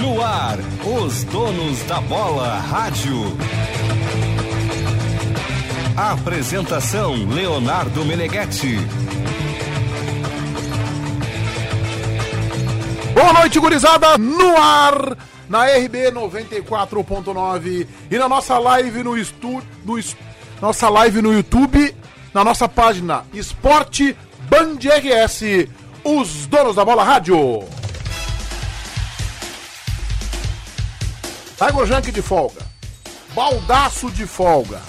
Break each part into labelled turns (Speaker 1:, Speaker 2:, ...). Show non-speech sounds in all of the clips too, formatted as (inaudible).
Speaker 1: No ar, os donos da bola rádio. Apresentação Leonardo Meneghetti.
Speaker 2: Boa noite, gurizada, no ar, na RB 94.9 e na nossa live no estúdio, nossa live no YouTube, na nossa página Esporte Band RS, os donos da bola rádio. Tiger Junk de folga, Baldaço de folga,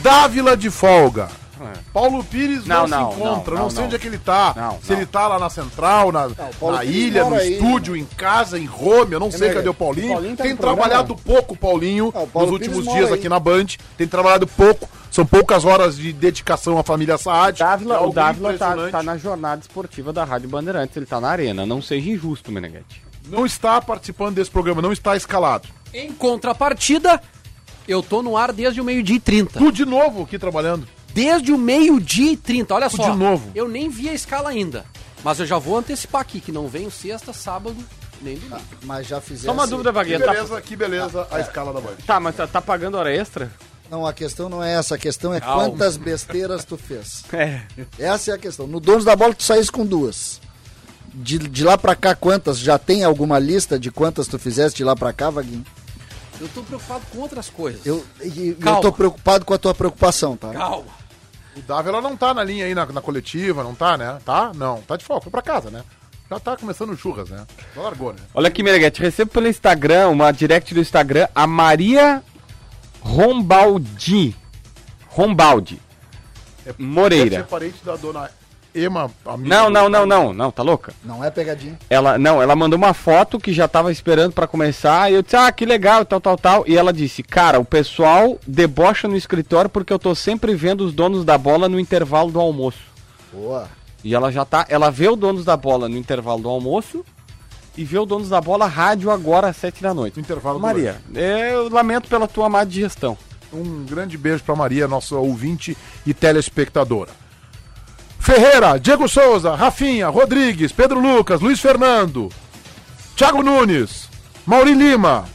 Speaker 2: Dávila de folga. Paulo Pires não,
Speaker 3: É. Não, não,
Speaker 2: se encontra, não,
Speaker 3: não, não,
Speaker 2: sei
Speaker 3: não.
Speaker 2: onde é que ele tá.
Speaker 3: Não,
Speaker 2: se
Speaker 3: não.
Speaker 2: ele tá lá na central, na,
Speaker 4: Paulo
Speaker 2: na
Speaker 4: Pires
Speaker 2: ilha, no
Speaker 4: mora aí,
Speaker 2: estúdio, em casa, em Rome, eu não sei
Speaker 4: né,
Speaker 2: cadê o
Speaker 4: velho?
Speaker 2: Paulinho.
Speaker 4: O Paulinho tá
Speaker 2: tem
Speaker 4: no programa.
Speaker 2: trabalhado pouco, Paulinho,
Speaker 4: Ah, o Paulo
Speaker 2: nos
Speaker 4: Pires
Speaker 2: últimos
Speaker 4: mora
Speaker 2: dias
Speaker 4: aí.
Speaker 2: aqui na Band. Tem trabalhado pouco, são poucas horas de dedicação à família Saad.
Speaker 3: Dávila,
Speaker 2: É
Speaker 3: o
Speaker 2: algo
Speaker 3: Dávila tá,
Speaker 2: impressionante.
Speaker 3: tá na jornada esportiva da Rádio Bandeirantes, ele tá na arena. Não seja injusto, Meneghetti.
Speaker 2: Não está participando desse programa, não está escalado.
Speaker 5: Em contrapartida, eu tô no ar desde o meio-dia e
Speaker 4: Tá.
Speaker 5: 30.
Speaker 2: Tu de novo aqui trabalhando.
Speaker 5: Desde o meio-dia e 30, olha só.
Speaker 2: De novo.
Speaker 5: Eu nem vi a escala ainda. Mas eu já vou antecipar aqui, que não venho sexta, sábado, nem domingo.
Speaker 4: Mas já fizeram.
Speaker 3: Ah, Só uma dúvida,
Speaker 2: Que
Speaker 3: Vagueira. Tá,
Speaker 2: beleza, que beleza
Speaker 4: É.
Speaker 2: a escala da Band.
Speaker 3: tá, mas tá, tá pagando hora extra?
Speaker 4: Não, a questão não é essa. A questão é
Speaker 5: Calma.
Speaker 4: quantas besteiras tu fez.
Speaker 3: É.
Speaker 4: Essa é a questão. No Donos da Bola, tu saís com duas. De, de lá pra cá, quantas? Já tem alguma lista de quantas tu fizeste de lá pra cá, Vaguinho?
Speaker 5: Eu tô preocupado com outras coisas.
Speaker 4: Eu, e- e eu
Speaker 5: Calma.
Speaker 4: tô preocupado com a tua preocupação, tá?
Speaker 5: Calma.
Speaker 2: O Dávila não tá na linha aí na, na coletiva, não tá, né? Tá? Não, tá de folga, foi pra casa, né? Já tá começando o churras, né? Já largou, né?
Speaker 3: Olha aqui, Meneghetti, recebo pelo Instagram, uma direct do Instagram, a Maria Rombaldi. Rombaldi.
Speaker 2: É- Deve
Speaker 3: Moreira.
Speaker 2: ser parente da dona Ema. amiga
Speaker 3: Não,
Speaker 2: do-
Speaker 3: não, não, não, não, tá louca?
Speaker 4: Não é pegadinha.
Speaker 3: Ela, não, ela mandou uma foto que já tava esperando pra começar, e eu disse, ah, que legal, tal, tal, tal. E ela disse, cara, o pessoal debocha no escritório porque eu tô sempre vendo os donos da bola no intervalo do almoço.
Speaker 4: Boa.
Speaker 3: E ela já tá, ela vê o donos da bola no intervalo do almoço e vê o donos da bola rádio agora às sete da noite.
Speaker 2: No intervalo do
Speaker 3: Maria, eu lamento pela tua má digestão.
Speaker 2: Um grande beijo pra Maria, nossa ouvinte e telespectadora. Ferreira, Diego Souza, Rafinha, Rodrigues, Pedro Lucas, Luiz Fernando, Thiago Nunes, Mauri Lima,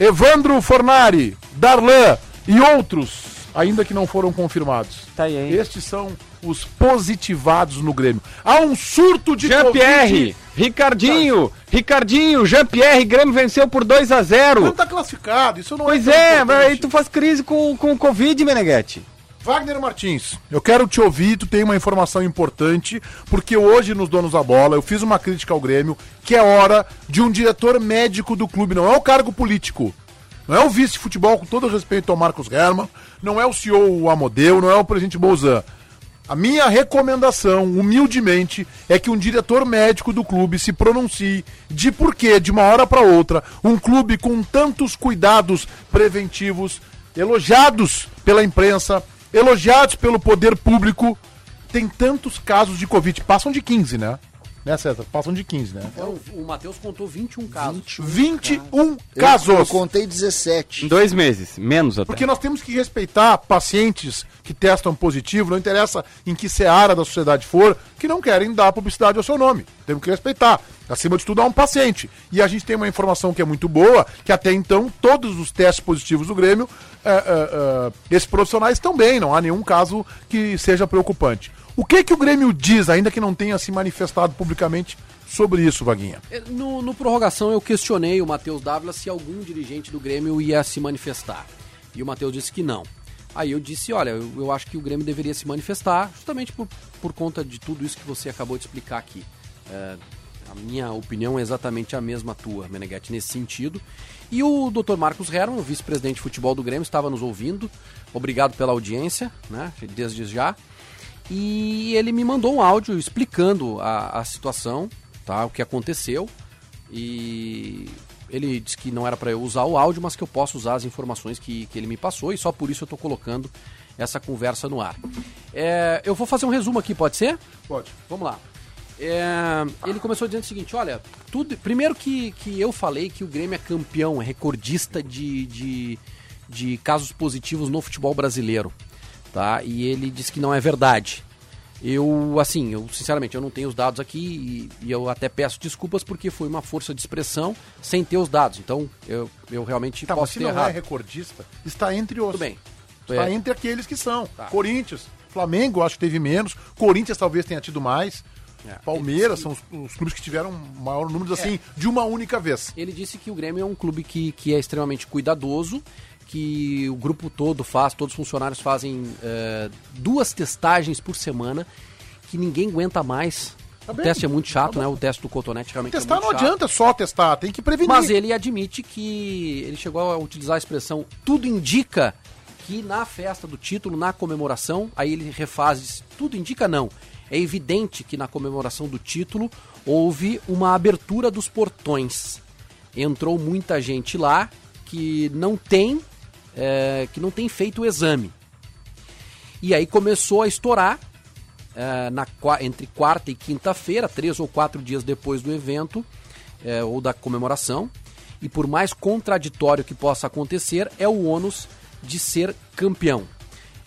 Speaker 2: Evandro Fornari, Darlan e outros, ainda que não foram confirmados.
Speaker 3: Tá aí, hein?
Speaker 2: Estes são os positivados no Grêmio. Há um surto de
Speaker 3: Jean-Pierre, Ricardinho, Ricardinho, Jean-Pierre, Grêmio venceu por 2 a 0
Speaker 2: Não tá classificado, isso não
Speaker 3: Pois
Speaker 2: tão
Speaker 3: é,
Speaker 2: importante.
Speaker 3: mas aí tu faz crise com, com o Covid, Meneghetti.
Speaker 2: Wagner Martins, eu quero te ouvir, tu tem uma informação importante, porque hoje nos Donos da Bola eu fiz uma crítica ao Grêmio, que é hora de um diretor médico do clube, não é o cargo político. Não é o vice-futebol, com todo respeito ao Marcos Herman, não é o CEO o Amodeu, não é o presidente Bolzan. A minha recomendação, humildemente, é que um diretor médico do clube se pronuncie de por que, de uma hora para outra, um clube com tantos cuidados preventivos, elogiados pela imprensa, elogiados pelo poder público, tem tantos casos de Covid. Passam de 15, né? Né, César? Passam de 15, né?
Speaker 5: Então, o Matheus contou 21 casos.
Speaker 2: 21
Speaker 4: Eu- um Eu,
Speaker 2: casos.
Speaker 4: contei 17.
Speaker 3: Em dois meses, menos até.
Speaker 2: Porque nós temos que respeitar pacientes que testam positivo, não interessa em que seara da sociedade for, que não querem dar publicidade ao seu nome. Temos que respeitar. Acima de tudo, há um paciente. E a gente tem uma informação que é muito boa, que até então todos os testes positivos do Grêmio, é, é, é, esses profissionais estão bem, não há nenhum caso que seja preocupante. O que que o Grêmio diz, ainda que não tenha se manifestado publicamente, sobre isso, Vaguinha?
Speaker 5: É, No, no prorrogação eu questionei o Matheus Dávila se algum dirigente do Grêmio ia se manifestar. E o Matheus disse que não. Aí eu disse, olha, eu, eu acho que o Grêmio deveria se manifestar, justamente por, por conta de tudo isso que você acabou de explicar aqui. É, a minha opinião é exatamente a mesma tua, Meneghetti, nesse sentido. E o Dr. Marcos Herman, o vice-presidente de futebol do Grêmio, estava nos ouvindo. Obrigado pela audiência, né? Desde já. E ele me mandou um áudio explicando a, a situação, tá? O que aconteceu. E ele disse que não era para eu usar o áudio, mas que eu posso usar as informações que, que ele me passou e só por isso eu tô colocando essa conversa no ar. É, eu vou fazer um resumo aqui, pode ser?
Speaker 2: Pode.
Speaker 5: Vamos lá. É, ele começou dizendo o seguinte: olha, tudo, primeiro que, que eu falei que o Grêmio é campeão, é recordista de, de, de casos positivos no futebol brasileiro. Tá? E ele disse que não é verdade. Eu, assim, eu sinceramente eu não tenho os dados aqui e, e eu até peço desculpas porque foi uma força de expressão sem ter os dados. Então, eu, eu realmente
Speaker 2: Tá, mas
Speaker 5: posso
Speaker 2: se
Speaker 5: ter
Speaker 2: não é
Speaker 5: errado.
Speaker 2: recordista, está entre os.
Speaker 5: Tudo bem.
Speaker 2: Está
Speaker 5: É.
Speaker 2: Tá
Speaker 5: Tá.
Speaker 2: entre aqueles que são. Corinthians, Flamengo, acho que teve menos. Corinthians talvez tenha tido mais.
Speaker 5: É.
Speaker 2: Palmeiras são os, os clubes que tiveram maior número, assim, de uma única vez.
Speaker 5: Ele disse que o Grêmio é um clube que, que é extremamente cuidadoso, que o grupo todo faz, todos os funcionários fazem eh, duas testagens por semana, que ninguém aguenta mais. o
Speaker 2: Tá bem.
Speaker 5: teste é muito chato, né? O teste do cotonete realmente
Speaker 2: Testar
Speaker 5: é
Speaker 2: não
Speaker 5: muito chato.
Speaker 2: adianta só testar, tem que prevenir.
Speaker 5: Mas é- ele admite que ele chegou a utilizar a expressão tudo indica que na festa do título, na comemoração, aí ele refaz diz, tudo indica não. É evidente que na comemoração do título houve uma abertura dos portões. Entrou muita gente lá que não tem eh, que não tem feito o exame. E aí começou a estourar eh, na qua- entre quarta e quinta-feira, três ou quatro dias depois do evento eh, ou da comemoração. E por mais contraditório que possa acontecer, é o ônus de ser campeão.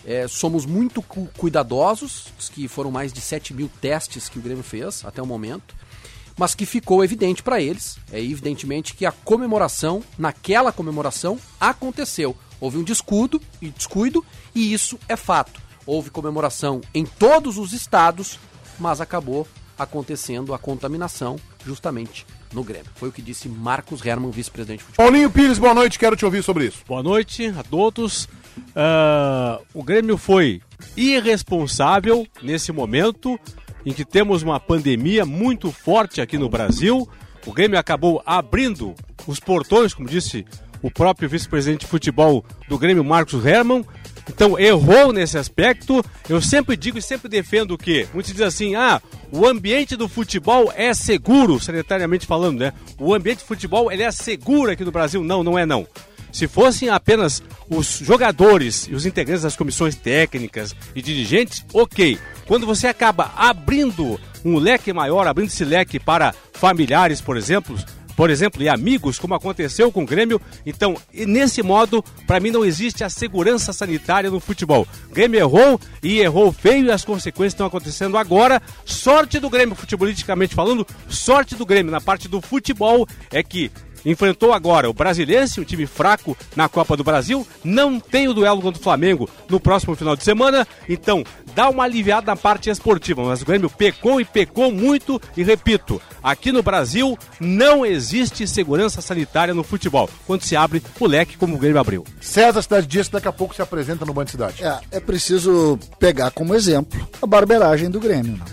Speaker 5: Eh, somos muito cu- cuidadosos, diz que foram mais de 7 mil testes que o Grêmio fez até o momento, mas que ficou evidente para eles, é evidentemente que a comemoração, naquela comemoração, aconteceu. Houve um descuido e descuido, e isso é fato. Houve comemoração em todos os estados, mas acabou acontecendo a contaminação justamente no Grêmio. Foi o que disse Marcos Herman, vice-presidente de futebol.
Speaker 2: Paulinho Pires, boa noite, quero te ouvir sobre isso.
Speaker 6: Boa noite a todos. Ah, o Grêmio foi irresponsável nesse momento em que temos uma pandemia muito forte aqui no Brasil. O Grêmio acabou abrindo os portões, como disse o próprio vice-presidente de futebol do Grêmio, Marcos Herman. Então errou nesse aspecto. Eu sempre digo e sempre defendo que muitos dizem assim: ah, o ambiente do futebol é seguro, sanitariamente falando, né? O ambiente do futebol ele é seguro aqui no Brasil. Não, não é não. Se fossem apenas os jogadores e os integrantes das comissões técnicas e dirigentes, ok. Quando você acaba abrindo um leque maior, abrindo esse leque para familiares, por exemplo, por exemplo, e amigos, como aconteceu com o Grêmio, então, e nesse modo, para mim não existe a segurança sanitária no futebol. O Grêmio errou e errou feio e as consequências estão acontecendo agora. Sorte do Grêmio, futebolisticamente falando, sorte do Grêmio na parte do futebol é que enfrentou agora o Brasilense, um time fraco na Copa do Brasil, não tem o duelo contra o Flamengo no próximo final de semana, então dá uma aliviada na parte esportiva, mas o Grêmio pecou e pecou muito, e repito, aqui no Brasil não existe segurança sanitária no futebol, quando se abre o leque como o Grêmio abriu.
Speaker 2: César Cidade Dias, daqui a pouco se apresenta no Band Cidade.
Speaker 4: É, é preciso pegar como exemplo a barberagem do Grêmio. né?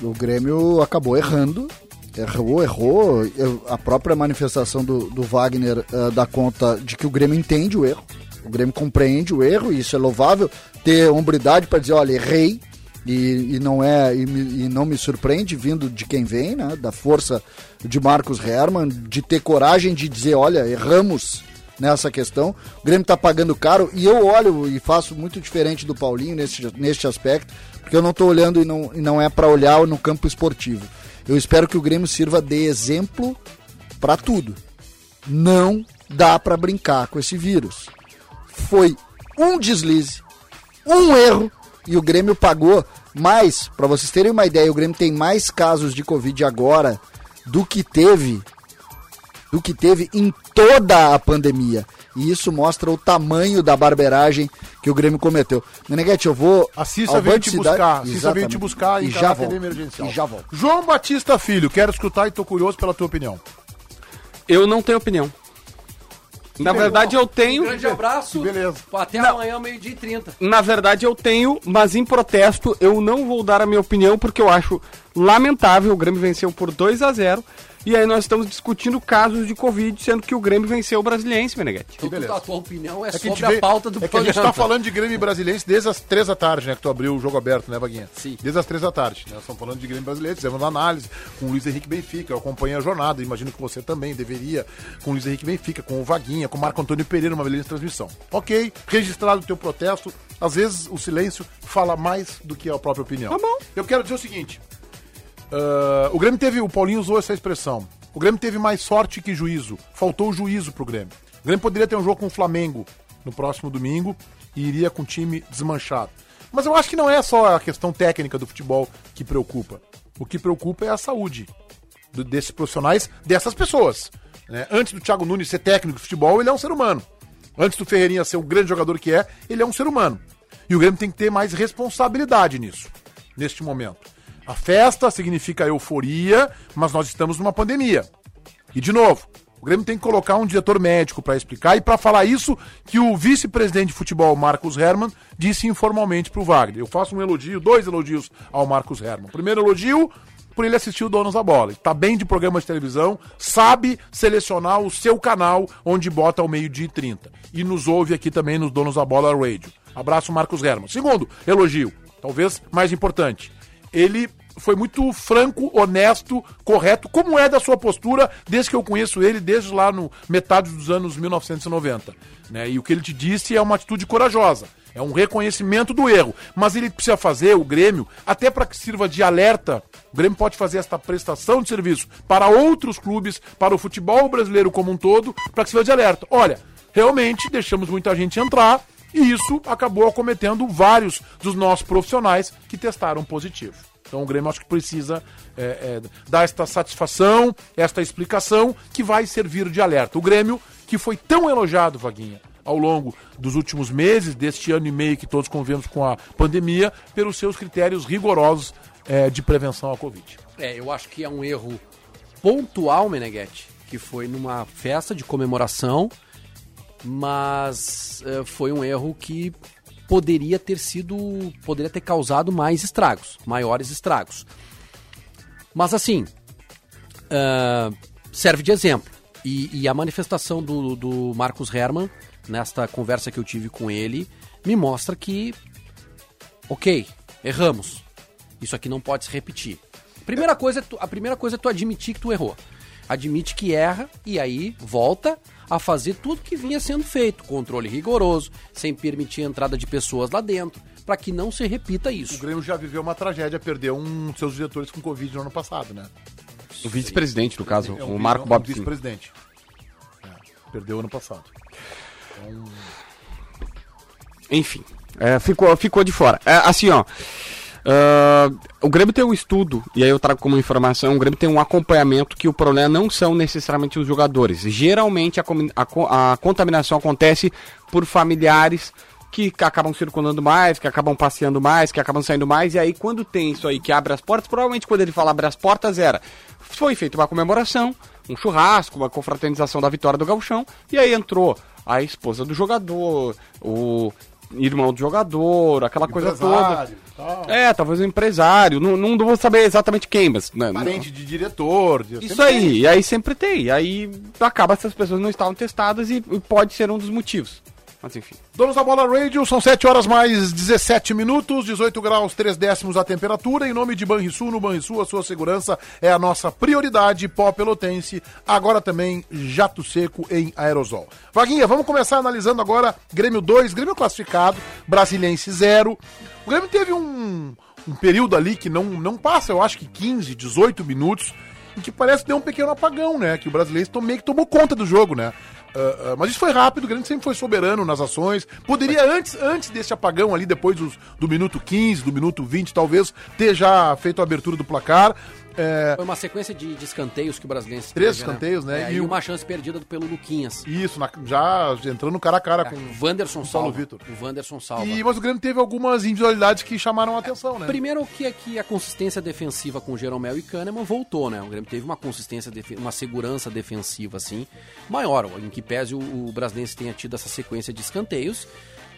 Speaker 4: O Grêmio acabou errando, errou, errou. Eu- A própria manifestação do, do Wagner eh, dá conta de que o Grêmio entende o erro. O Grêmio compreende o erro e isso é louvável. Ter hombridade para dizer, olha, errei. E, e não é e, me- e não me surpreende vindo de quem vem, né? Da força de Marcos Herman, de ter coragem de dizer, olha, erramos nessa questão. O Grêmio tá pagando caro e eu olho e faço muito diferente do Paulinho neste, neste aspecto, porque eu não tô olhando e não, e não é para olhar no campo esportivo. Eu espero que o Grêmio sirva de exemplo para tudo. Não dá para brincar com esse vírus. Foi um deslize, um erro e o Grêmio pagou mais. Para vocês terem uma ideia, o Grêmio tem mais casos de Covid agora do que teve do que teve em toda a pandemia. E isso mostra o tamanho da barberagem que o Grêmio cometeu. Meneghete, eu vou.
Speaker 2: A Cissa
Speaker 4: ao
Speaker 2: veio
Speaker 4: Band
Speaker 2: te
Speaker 4: Cidade-
Speaker 2: buscar, a Cissa veio
Speaker 4: Exatamente.
Speaker 2: te buscar tá
Speaker 4: e
Speaker 2: encarar
Speaker 4: já
Speaker 2: a TV
Speaker 4: volto.
Speaker 2: emergencial.
Speaker 4: E já volto.
Speaker 2: João Batista Filho, quero escutar e tô curioso pela tua opinião.
Speaker 3: Eu não tenho opinião. Na verdade, eu tenho.
Speaker 5: Um grande abraço.
Speaker 2: Beleza.
Speaker 5: Até amanhã, meio-dia e 30.
Speaker 3: Na verdade, eu tenho, mas em protesto eu não vou dar a minha opinião porque eu acho lamentável. O Grêmio venceu por 2 a 0 e aí nós estamos discutindo casos de Covid, sendo que o Grêmio venceu o Brasiliense, Meneghete.
Speaker 5: Então,
Speaker 2: beleza.
Speaker 5: a tua opinião é,
Speaker 2: É que,
Speaker 5: sobre
Speaker 2: a,
Speaker 5: a,
Speaker 2: gente vê-
Speaker 5: pauta do
Speaker 2: é que a gente tá
Speaker 5: programa.
Speaker 2: falando de Grêmio e Brasiliense desde as três da tarde, né? Que tu abriu o jogo aberto, né, Vaguinha?
Speaker 5: Sim.
Speaker 2: Desde as três da tarde. Né? Estamos falando de Grêmio e Brasiliense, fizemos uma análise com o Luiz Henrique Benfica. Eu acompanhei a jornada, imagino que você também deveria, com o Luiz Henrique Benfica, com o Vaguinha, com o Marco Antônio Pereira, uma beleza de transmissão. Ok, registrado o teu protesto. Às vezes o silêncio fala mais do que a própria opinião. Tá bom. Eu quero dizer o seguinte: ah, o Grêmio teve. O Paulinho usou essa expressão. O Grêmio teve mais sorte que juízo. Faltou juízo pro Grêmio. O Grêmio poderia ter um jogo com o Flamengo no próximo domingo e iria com o time desmanchado. Mas eu acho que não é só a questão técnica do futebol que preocupa. O que preocupa é a saúde do- desses profissionais, dessas pessoas. né? Antes do Thiago Nunes ser técnico de futebol, ele é um ser humano. Antes do Ferreirinha ser o grande jogador que é, ele é um ser humano. E o Grêmio tem que ter mais responsabilidade nisso, neste momento. A festa significa euforia, mas nós estamos numa pandemia. E de novo, o Grêmio tem que colocar um diretor médico para explicar e para falar isso que o vice-presidente de futebol Marcos Herman disse informalmente pro Wagner. Eu faço um elogio, dois elogios ao Marcos Herman. Primeiro elogio por ele assistir o Donos da Bola. Ele Tá bem de programa de televisão, sabe selecionar o seu canal onde bota ao meio-dia e 30. E nos ouve aqui também nos Donos da Bola Radio. Abraço, Marcos Herman. Segundo elogio, talvez mais importante ele foi muito franco, honesto, correto, como é da sua postura desde que eu conheço ele, desde lá no metade dos anos 1990. Né? E o que ele te disse é uma atitude corajosa, é um reconhecimento do erro. Mas ele precisa fazer, o Grêmio, até para que sirva de alerta, o Grêmio pode fazer esta prestação de serviço para outros clubes, para o futebol brasileiro como um todo, para que sirva de alerta. Olha, realmente deixamos muita gente entrar, e isso acabou acometendo vários dos nossos profissionais que testaram positivo. Então o Grêmio acho que precisa é, é, dar esta satisfação, esta explicação que vai servir de alerta. O Grêmio, que foi tão elogiado, Vaguinha, ao longo dos últimos meses, deste ano e meio que todos convivemos com a pandemia, pelos seus critérios rigorosos é, de prevenção à Covid.
Speaker 5: É, eu acho que é um erro pontual, Meneghetti, que foi numa festa de comemoração, mas eh, foi um erro que poderia ter sido, poderia ter causado mais estragos, maiores estragos. Mas assim, ah, serve de exemplo. E, e a manifestação do, do Marcos Herman, nesta conversa que eu tive com ele, me mostra que, ok, erramos. Isso aqui não pode se repetir. Primeira coisa, é tu- a primeira coisa é tu admitir que tu errou. Admite que erra e aí volta a fazer tudo que vinha sendo feito. Controle rigoroso, sem permitir a entrada de pessoas lá dentro, para que não se repita
Speaker 2: O
Speaker 5: isso.
Speaker 2: Grêmio já viveu uma tragédia, perdeu um dos seus diretores com Covid no ano passado, né?
Speaker 3: O vice-presidente, no caso,
Speaker 2: É
Speaker 3: o Marco
Speaker 2: vi-
Speaker 3: Bob Sim.
Speaker 2: vice-presidente. É, perdeu ano passado.
Speaker 3: Enfim, é, ficou, ficou de fora. É, assim, ó. ah, o Grêmio tem um estudo, e aí eu trago como informação, o Grêmio tem um acompanhamento que o problema não são necessariamente os jogadores. Geralmente a, comi- a co- a contaminação acontece por familiares que ca- acabam circulando mais, que acabam passeando mais, que acabam saindo mais, e aí quando tem isso aí que abre as portas, provavelmente quando ele fala abre as portas era, foi feita uma comemoração, um churrasco, uma confraternização da vitória do gauchão, e aí entrou a esposa do jogador, o irmão do jogador, aquela coisa toda.
Speaker 2: Empresário, tal.
Speaker 3: É, talvez um empresário, não, não vou saber exatamente quem, mas. né,
Speaker 2: Parente de diretor. de-
Speaker 3: Isso
Speaker 2: sempre
Speaker 3: aí,
Speaker 2: tem.
Speaker 3: e aí sempre tem. E aí acaba essas pessoas não estavam testadas e, e pode ser um dos motivos. Mas enfim.
Speaker 2: Donos da Bola Radio, são 7 horas mais 17 minutos, 18 graus 3 décimos a temperatura. Em nome de Banrisul, no Banrisul, a sua segurança é a nossa prioridade. Pó Pelotense, agora também jato seco em aerosol. Vaguinha, vamos começar analisando agora Grêmio 2, Grêmio classificado, Brasiliense 0. O Grêmio teve um, um período ali que não, não passa, eu acho que 15, 18 minutos, e que parece que deu um pequeno apagão, né? Que o brasileiro to- meio que tomou conta do jogo, né? Ah, ah, mas isso foi rápido, o Grêmio sempre foi soberano nas ações. Poderia, antes, antes desse apagão ali, depois dos- do minuto 15, do minuto 20, talvez, ter já feito a abertura do placar. É,
Speaker 5: Foi uma sequência de, de escanteios que o brasileiro
Speaker 2: Três
Speaker 5: teve, né?
Speaker 2: escanteios, né?
Speaker 5: É,
Speaker 2: E
Speaker 5: e
Speaker 2: o-
Speaker 5: uma chance perdida pelo Luquinhas.
Speaker 2: isso, na- já entrando cara a cara É. com.
Speaker 5: O Wanderson
Speaker 2: Paulo
Speaker 5: salva.
Speaker 2: Vitor.
Speaker 5: O Wanderson salva.
Speaker 2: E, mas o Grêmio teve algumas individualidades que chamaram a atenção, né?
Speaker 5: Primeiro o que é que a consistência defensiva com Jeromel e Kahneman voltou, né? O Grêmio teve uma consistência, defe- uma segurança defensiva, assim, maior, em que pese o, o Brasiliense tenha tido essa sequência de escanteios.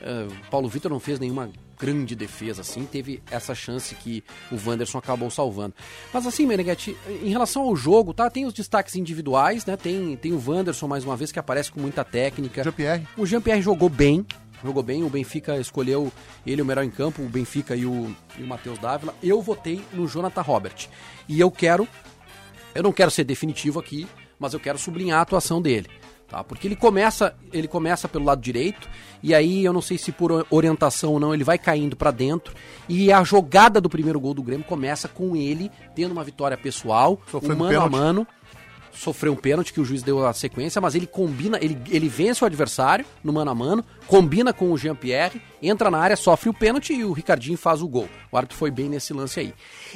Speaker 5: Eh, o Paulo Vitor não fez nenhuma grande defesa, assim, teve essa chance que o Wanderson acabou salvando. Mas assim, Meneghetti, em relação ao jogo, tá? Tem os destaques individuais, né? Tem, tem o Wanderson, mais uma vez, que aparece com muita técnica.
Speaker 2: Jean-Pierre.
Speaker 5: O Jean-Pierre jogou bem, jogou bem. O Benfica escolheu ele o melhor em campo, o Benfica e o, e o Matheus Dávila. Eu votei no Jonathan Robert. E eu quero, eu não quero ser definitivo aqui, mas eu quero sublinhar a atuação dele. Tá? Porque ele começa, ele começa pelo lado direito, e aí eu não sei se por o- orientação ou não, ele vai caindo pra dentro. E a jogada do primeiro gol do Grêmio começa com ele tendo uma vitória pessoal,
Speaker 2: Sofrendo
Speaker 5: um mano a
Speaker 2: pênalti.
Speaker 5: mano. sofreu um pênalti que o juiz deu a sequência, mas ele combina, ele, ele vence o adversário no mano a mano, combina com o Jean-Pierre, entra na área, sofre o pênalti e o Ricardinho faz o gol. O árbitro foi bem nesse lance aí.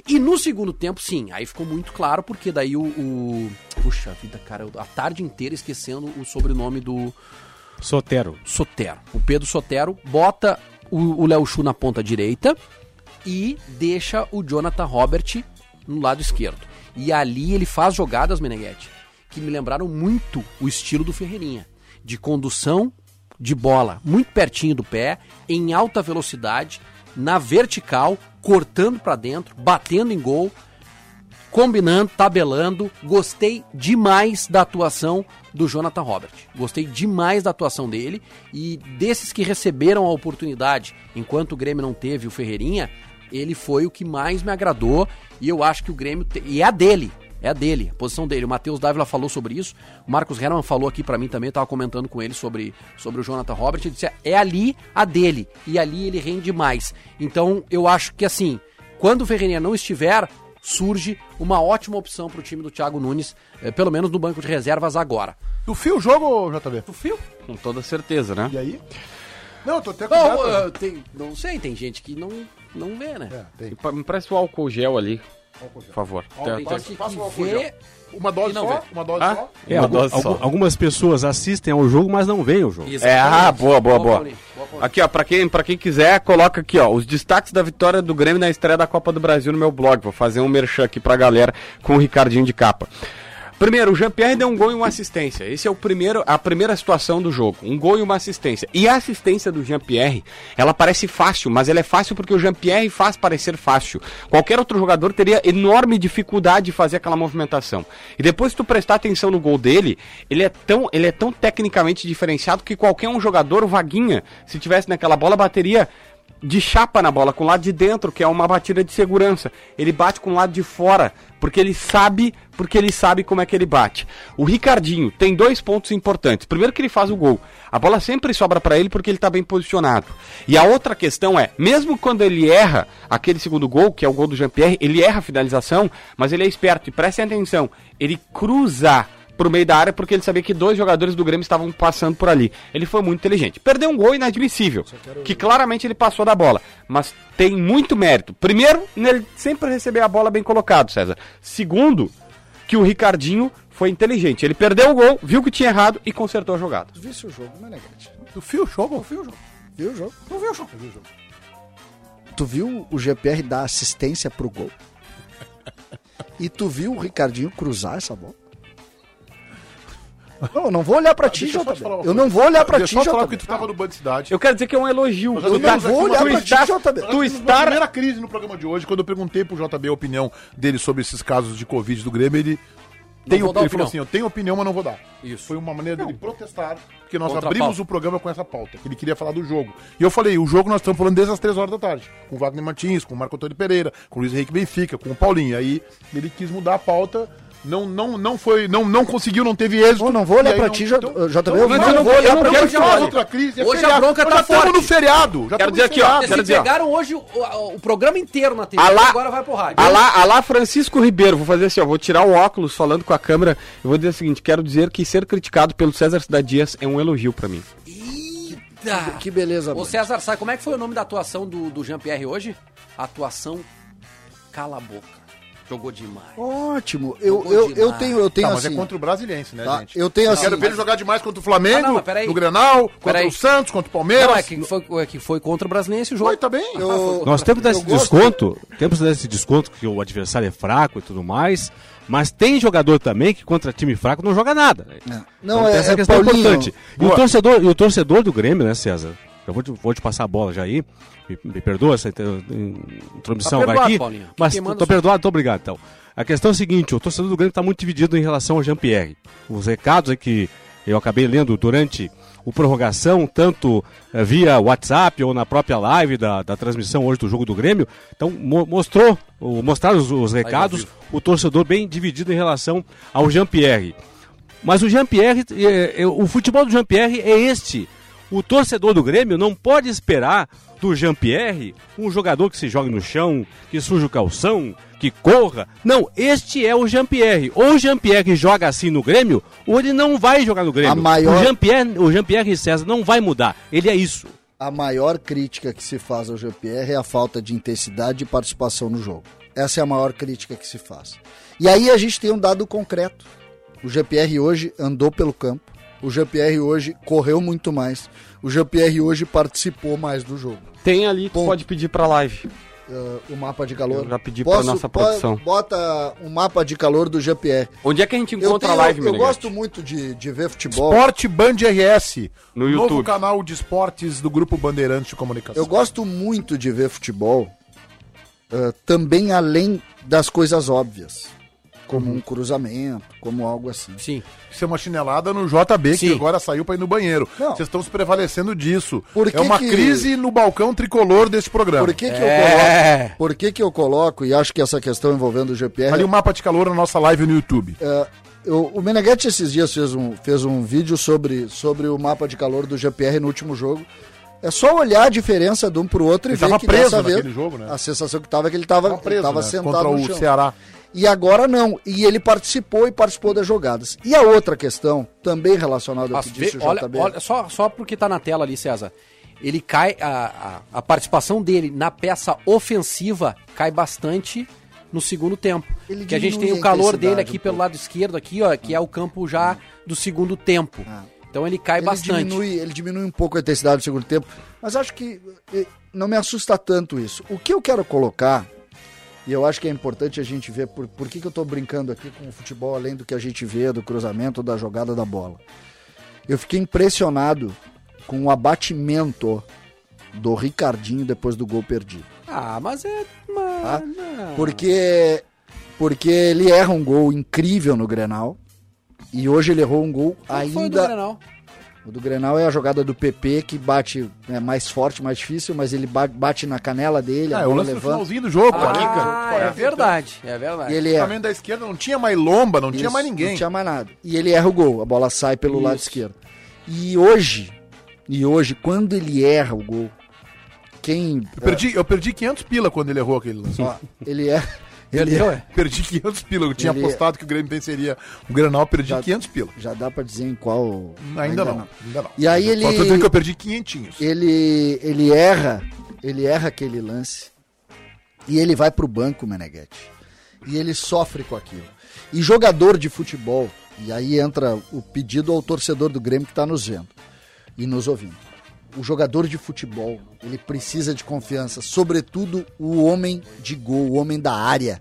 Speaker 5: E no segundo tempo, sim, aí ficou muito claro, porque daí o. o- Puxa vida, cara, eu- a tarde inteira esquecendo o sobrenome do,
Speaker 6: Sotero.
Speaker 5: Sotero. O Pedro Sotero bota o o Léo Chu na ponta direita e deixa o Jonathan Robert no lado esquerdo. E ali ele faz jogadas, Meneghetti, que me lembraram muito o estilo do Ferreirinha. De condução de bola muito pertinho do pé, em alta velocidade, na vertical, cortando pra dentro, batendo em gol combinando, tabelando. Gostei demais da atuação do Jonathan Robert. Gostei demais da atuação dele e desses que receberam a oportunidade, enquanto o Grêmio não teve o Ferreirinha, ele foi o que mais me agradou e eu acho que o Grêmio te- e é a dele. É a dele, a posição dele. O Matheus Dávila falou sobre isso. O Marcos Herman falou aqui pra mim também. Eu tava comentando com ele sobre, sobre o Jonathan Robert. Ele disse: é ali a dele. E ali ele rende mais. Então eu acho que assim, quando o Ferreirinha não estiver, surge uma ótima opção pro time do Thiago Nunes, eh, pelo menos no banco de reservas agora.
Speaker 2: Tu fio o jogo, JB?
Speaker 5: Tu viu?
Speaker 3: Com toda certeza, né?
Speaker 2: E aí? Não, eu tô até com
Speaker 5: Não,
Speaker 2: data.
Speaker 5: eh, tem- não sei, tem gente que não, não vê, né?
Speaker 2: É, tem.
Speaker 3: E pa- Me parece o álcool gel ali. Por favor.
Speaker 5: Tem
Speaker 3: Tem-
Speaker 5: gente
Speaker 2: Passa- passa o
Speaker 5: que
Speaker 2: álcool
Speaker 5: vê,
Speaker 2: Uma dose
Speaker 5: E não
Speaker 2: só?
Speaker 5: vê.
Speaker 2: Uma dose
Speaker 3: Ah?
Speaker 2: só?
Speaker 6: É,
Speaker 3: Uma
Speaker 6: algu-
Speaker 3: dose só.
Speaker 6: algu- algumas pessoas assistem ao jogo, mas não veem o jogo.
Speaker 3: É, ah,
Speaker 5: Exatamente.
Speaker 3: boa, boa, boa.
Speaker 5: Paulinho, boa, Paulinho.
Speaker 3: Aqui, ó, pra quem, pra quem quiser, coloca aqui, ó, os destaques da vitória do Grêmio na estreia da Copa do Brasil no meu blog. Vou fazer um merchan aqui pra galera com o Ricardinho de capa. Primeiro, o Jean-Pierre deu um gol e uma assistência. Esse é o primeiro, a primeira situação do jogo. Um gol e uma assistência. E a assistência do Jean-Pierre, ela parece fácil, mas ela é fácil porque o Jean-Pierre faz parecer fácil. Qualquer outro jogador teria enorme dificuldade de fazer aquela movimentação. E depois, se tu prestar atenção no gol dele, ele é tão, ele é tão tecnicamente diferenciado que qualquer um jogador, o Vaguinha, se tivesse naquela bola, bateria de chapa na bola, com o lado de dentro, que é uma batida de segurança. Ele bate com o lado de fora, porque ele sabe, porque ele sabe como é que ele bate. O Ricardinho tem dois pontos importantes. Primeiro que ele faz o gol. A bola sempre sobra para ele porque ele tá bem posicionado. E a outra questão é, mesmo quando ele erra aquele segundo gol, que é o gol do Jean-Pierre, ele erra a finalização, mas ele é esperto e prestem atenção, ele cruza pro meio da área porque ele sabia que dois jogadores do Grêmio estavam passando por ali. Ele foi muito inteligente. Perdeu um gol inadmissível, que claramente ele passou da bola, mas tem muito mérito. Primeiro, nele sempre receber a bola bem colocado, César. Segundo, que o Ricardinho foi inteligente. Ele perdeu o gol, viu que tinha errado e consertou a jogada.
Speaker 4: Visse o jogo, Meneghete.
Speaker 2: Tu fio o jogo?
Speaker 4: Viu o jogo? Tu viu o jogo? Tu viu o GPR dar assistência pro gol? E tu viu o Ricardinho cruzar essa bola? Não, eu não vou olhar pra
Speaker 2: Ah,
Speaker 4: ti,
Speaker 2: deixa eu só te
Speaker 4: JB.
Speaker 2: falar uma
Speaker 4: Eu
Speaker 2: coisa.
Speaker 4: não vou olhar pra ti,
Speaker 2: Deixa eu só falar que
Speaker 4: JB.
Speaker 2: tu tava no Band Cidade.
Speaker 3: Eu quero dizer que é um elogio.
Speaker 2: Nós já
Speaker 3: Tu tá-
Speaker 2: tivemos aqui uma
Speaker 3: tu
Speaker 2: noite
Speaker 3: está-
Speaker 4: de JB.
Speaker 3: Tu
Speaker 2: Nós tivemos a
Speaker 3: estar
Speaker 2: primeira crise no programa de hoje, quando eu perguntei pro JB a opinião dele sobre esses casos de Covid do Grêmio, ele, tem,
Speaker 5: vou
Speaker 2: op-
Speaker 5: dar
Speaker 2: ele falou
Speaker 5: opinião.
Speaker 2: assim, eu tenho opinião, mas não vou dar.
Speaker 5: Isso.
Speaker 2: Foi uma maneira dele protestar, porque nós
Speaker 5: Contra a
Speaker 2: abrimos
Speaker 5: pauta.
Speaker 2: o programa com essa pauta, que ele queria falar do jogo. E eu falei, o jogo nós estamos falando desde as três horas da tarde, com o Wagner Martins, com o Marco Antônio Pereira, com o Luiz Henrique Benfica, com o Paulinho. Aí ele quis mudar a pauta, não, não, não foi, não, não conseguiu, não teve êxito.
Speaker 4: Eu não vou olhar
Speaker 2: E aí
Speaker 4: pra
Speaker 2: não-
Speaker 4: ti, J-
Speaker 2: então-
Speaker 4: JB.
Speaker 2: então
Speaker 4: Eu
Speaker 2: mas
Speaker 4: não
Speaker 2: eu
Speaker 4: vou
Speaker 2: eu
Speaker 4: olhar pra
Speaker 2: quero
Speaker 4: ti.
Speaker 2: que mais outra crise. é
Speaker 5: Hoje a
Speaker 2: feriado.
Speaker 5: bronca
Speaker 2: Nós
Speaker 5: tá
Speaker 2: já estamos
Speaker 5: forte.
Speaker 2: no feriado. Já
Speaker 3: Quero
Speaker 2: estamos
Speaker 3: dizer
Speaker 2: no
Speaker 3: aqui, ó,
Speaker 2: feriado.
Speaker 5: Vocês
Speaker 3: quero dizer-
Speaker 5: pegaram hoje o, a- o programa inteiro na TV,
Speaker 3: Alá,
Speaker 5: agora vai pro rádio.
Speaker 3: Alá, alá Francisco Ribeiro, vou fazer assim, ó, vou tirar o óculos falando com a câmera e vou dizer o seguinte, quero dizer que ser criticado pelo César Cidade Dias é um elogio pra mim.
Speaker 5: Eita!
Speaker 4: Que beleza,
Speaker 5: Ô
Speaker 4: mano.
Speaker 5: César, sabe como é que foi o nome da atuação do, do Jean-Pierre hoje? Atuação Cala a Boca. Jogou demais.
Speaker 4: Ótimo. Eu,
Speaker 5: Jogou
Speaker 4: eu, eu
Speaker 5: demais.
Speaker 4: tenho, eu tenho
Speaker 2: Tá, mas é
Speaker 4: assim.
Speaker 2: contra o Brasiliense, né,
Speaker 4: tá?
Speaker 2: gente?
Speaker 4: Eu tenho assim.
Speaker 2: Quero ver ele jogar demais contra o
Speaker 5: Ah, não,
Speaker 2: Flamengo,
Speaker 5: mas peraí.
Speaker 2: no Grenal, contra
Speaker 5: Peraí.
Speaker 2: o Santos, contra o Palmeiras.
Speaker 5: Não, é que foi, é que foi contra o Brasiliense o jogo.
Speaker 2: Oi, tá bem.
Speaker 5: Ah,
Speaker 4: Eu,
Speaker 6: Nós temos que dar esse
Speaker 4: gosto-
Speaker 6: desconto, temos que dar esse desconto que o adversário é fraco e tudo mais, mas tem jogador também que contra time fraco não joga nada. né?
Speaker 4: Não,
Speaker 6: Então
Speaker 4: é,
Speaker 6: tem essa
Speaker 4: é
Speaker 6: questão
Speaker 4: Paulinho.
Speaker 6: importante. E o,
Speaker 2: Boa.
Speaker 6: torcedor, e o torcedor do Grêmio, né, César? Eu vou te, vou te passar a bola já aí. Me, me perdoa essa inter- intromissão
Speaker 5: Tá
Speaker 6: vai
Speaker 5: perdoado,
Speaker 6: aqui.
Speaker 5: Paulinho. Quem
Speaker 6: Mas
Speaker 5: quem manda
Speaker 6: tô
Speaker 5: sou eu.
Speaker 6: perdoado, tô obrigado. Então. A questão é a seguinte: o torcedor do Grêmio está muito dividido em relação ao Jean-Pierre. Os recados aí que eu acabei lendo durante o prorrogação, tanto eh, via WhatsApp ou na própria live da, da transmissão hoje do jogo do Grêmio, então mo- mostrou, o- mostraram os, os recados, o torcedor bem dividido em relação ao Jean-Pierre. Mas o Jean-Pierre, eh, eh, o futebol do Jean-Pierre é este. O torcedor do Grêmio não pode esperar do Jean-Pierre um jogador que se jogue no chão, que suja o calção, que corra. Não, este é o Jean-Pierre. Ou o Jean-Pierre joga assim no Grêmio, ou ele não vai jogar no Grêmio.
Speaker 4: A maior-
Speaker 6: O Jean-Pierre o Jean-Pierre César não vai mudar. Ele é isso.
Speaker 4: A maior crítica que se faz ao GPR é a falta de intensidade e participação no jogo. Essa é a maior crítica que se faz. E aí a gente tem um dado concreto. O GPR hoje andou pelo campo. O GPR hoje correu muito mais. O GPR hoje participou mais do jogo.
Speaker 3: Tem ali, tu
Speaker 4: Ponto.
Speaker 3: pode pedir pra live.
Speaker 4: Ah, o mapa de calor.
Speaker 3: Eu já pedi pra nossa
Speaker 4: po-
Speaker 3: produção.
Speaker 4: Bota o mapa de calor do GPR.
Speaker 3: Onde é que a gente
Speaker 4: Eu,
Speaker 3: encontra
Speaker 4: tenho-
Speaker 3: a live,
Speaker 4: eu
Speaker 3: Meneghete?
Speaker 4: gosto muito de, de ver futebol.
Speaker 2: Esporte Band RS.
Speaker 3: No
Speaker 2: Novo
Speaker 3: YouTube.
Speaker 2: canal de esportes do Grupo Bandeirantes de Comunicação.
Speaker 4: Eu gosto muito de ver futebol ah, também além das coisas óbvias, como um cruzamento, como algo assim.
Speaker 5: Sim.
Speaker 2: Isso é uma chinelada no JB, que
Speaker 5: Sim.
Speaker 2: agora saiu pra ir no banheiro.
Speaker 4: Não.
Speaker 2: Vocês estão se prevalecendo disso.
Speaker 4: Por que
Speaker 2: é uma
Speaker 4: que-
Speaker 2: crise no balcão tricolor desse programa.
Speaker 4: Por que, que eu
Speaker 5: É.
Speaker 4: coloco? Por que, que eu coloco, e acho que essa questão envolvendo o GPR.
Speaker 2: Ali o mapa de calor na nossa live no YouTube.
Speaker 4: ah, eu- o Meneghetti esses dias fez um, fez um vídeo sobre, sobre o mapa de calor do GPR no último jogo. É só olhar a diferença de um pro outro e
Speaker 2: Ele
Speaker 4: ver
Speaker 2: tava
Speaker 4: que
Speaker 2: preso
Speaker 4: dessa vez
Speaker 2: naquele jogo, né?
Speaker 4: a sensação que tava é que ele tava,
Speaker 2: Tava preso,
Speaker 4: ele tava
Speaker 2: né?
Speaker 4: sentado
Speaker 2: Contra
Speaker 4: no
Speaker 2: o
Speaker 4: chão.
Speaker 2: Ceará.
Speaker 4: E agora não. E ele participou e participou das jogadas. E a outra questão, também relacionada ao
Speaker 5: Nossa,
Speaker 4: que disse
Speaker 5: vê-
Speaker 4: o
Speaker 5: olha,
Speaker 4: JB.
Speaker 5: olha, só, só porque tá na tela ali, César. Ele cai, a, a, a participação dele na peça ofensiva cai bastante no segundo tempo.
Speaker 4: Ele
Speaker 5: que a gente tem
Speaker 4: diminui
Speaker 5: o
Speaker 4: a
Speaker 5: calor dele
Speaker 4: intensidade
Speaker 5: aqui
Speaker 4: um
Speaker 5: pelo
Speaker 4: pouco. Ah.
Speaker 5: lado esquerdo, aqui, ó, que é o campo já do segundo tempo. Então ele cai
Speaker 4: ele
Speaker 5: bastante.
Speaker 4: Diminui, ele diminui um pouco a intensidade do segundo tempo. Mas acho que eh, não me assusta tanto isso. O que eu quero colocar, e eu acho que é importante a gente ver por, por que, que eu tô brincando aqui com o futebol, além do que a gente vê, do cruzamento, da jogada da bola. Eu fiquei impressionado com o abatimento do Ricardinho depois do gol perdido.
Speaker 5: Ah, mas é uma...
Speaker 4: Tá? Porque, porque ele erra um gol incrível no Grenal. E hoje ele errou um gol
Speaker 5: Não foi do
Speaker 4: ainda.
Speaker 5: Grenal.
Speaker 4: O do Grenal é a jogada do PP que bate é mais forte, mais difícil, mas ele ba- bate na canela dele, a
Speaker 2: Ah, é o
Speaker 4: bola
Speaker 2: lance do
Speaker 4: levanta
Speaker 2: finalzinho do jogo,
Speaker 5: Ah, é verdade, é
Speaker 4: e
Speaker 5: verdade.
Speaker 4: ele
Speaker 2: O
Speaker 4: erra.
Speaker 2: da esquerda não tinha mais lomba, não tinha
Speaker 4: Isso,
Speaker 2: mais ninguém.
Speaker 4: Não tinha mais nada. E ele erra o gol, a bola sai pelo lado esquerdo. E hoje, e hoje quando ele erra o gol, quem
Speaker 2: Eu, perdi, eu perdi 500 pila quando ele errou aquele
Speaker 4: (laughs)
Speaker 2: lance.
Speaker 4: ó,
Speaker 2: (laughs)
Speaker 4: ele é ele
Speaker 5: Perdeu, é?
Speaker 2: Perdi 500 pila. Eu tinha
Speaker 4: Ele-
Speaker 2: apostado que o Grêmio venceria o Granal, perdi
Speaker 4: Já-
Speaker 2: 500 pila.
Speaker 4: já dá pra dizer em qual
Speaker 2: é. Ainda, não, Ainda não.
Speaker 4: E aí ele-
Speaker 2: Só tô dizendo que eu perdi 500.
Speaker 4: ele, ele erra, ele erra aquele lance e ele vai pro banco, Meneghetti. E ele sofre com aquilo. E jogador de futebol, e aí entra o pedido ao torcedor do Grêmio que tá nos vendo e nos ouvindo. O jogador de futebol, ele precisa de confiança, sobretudo o homem de gol, o homem da área.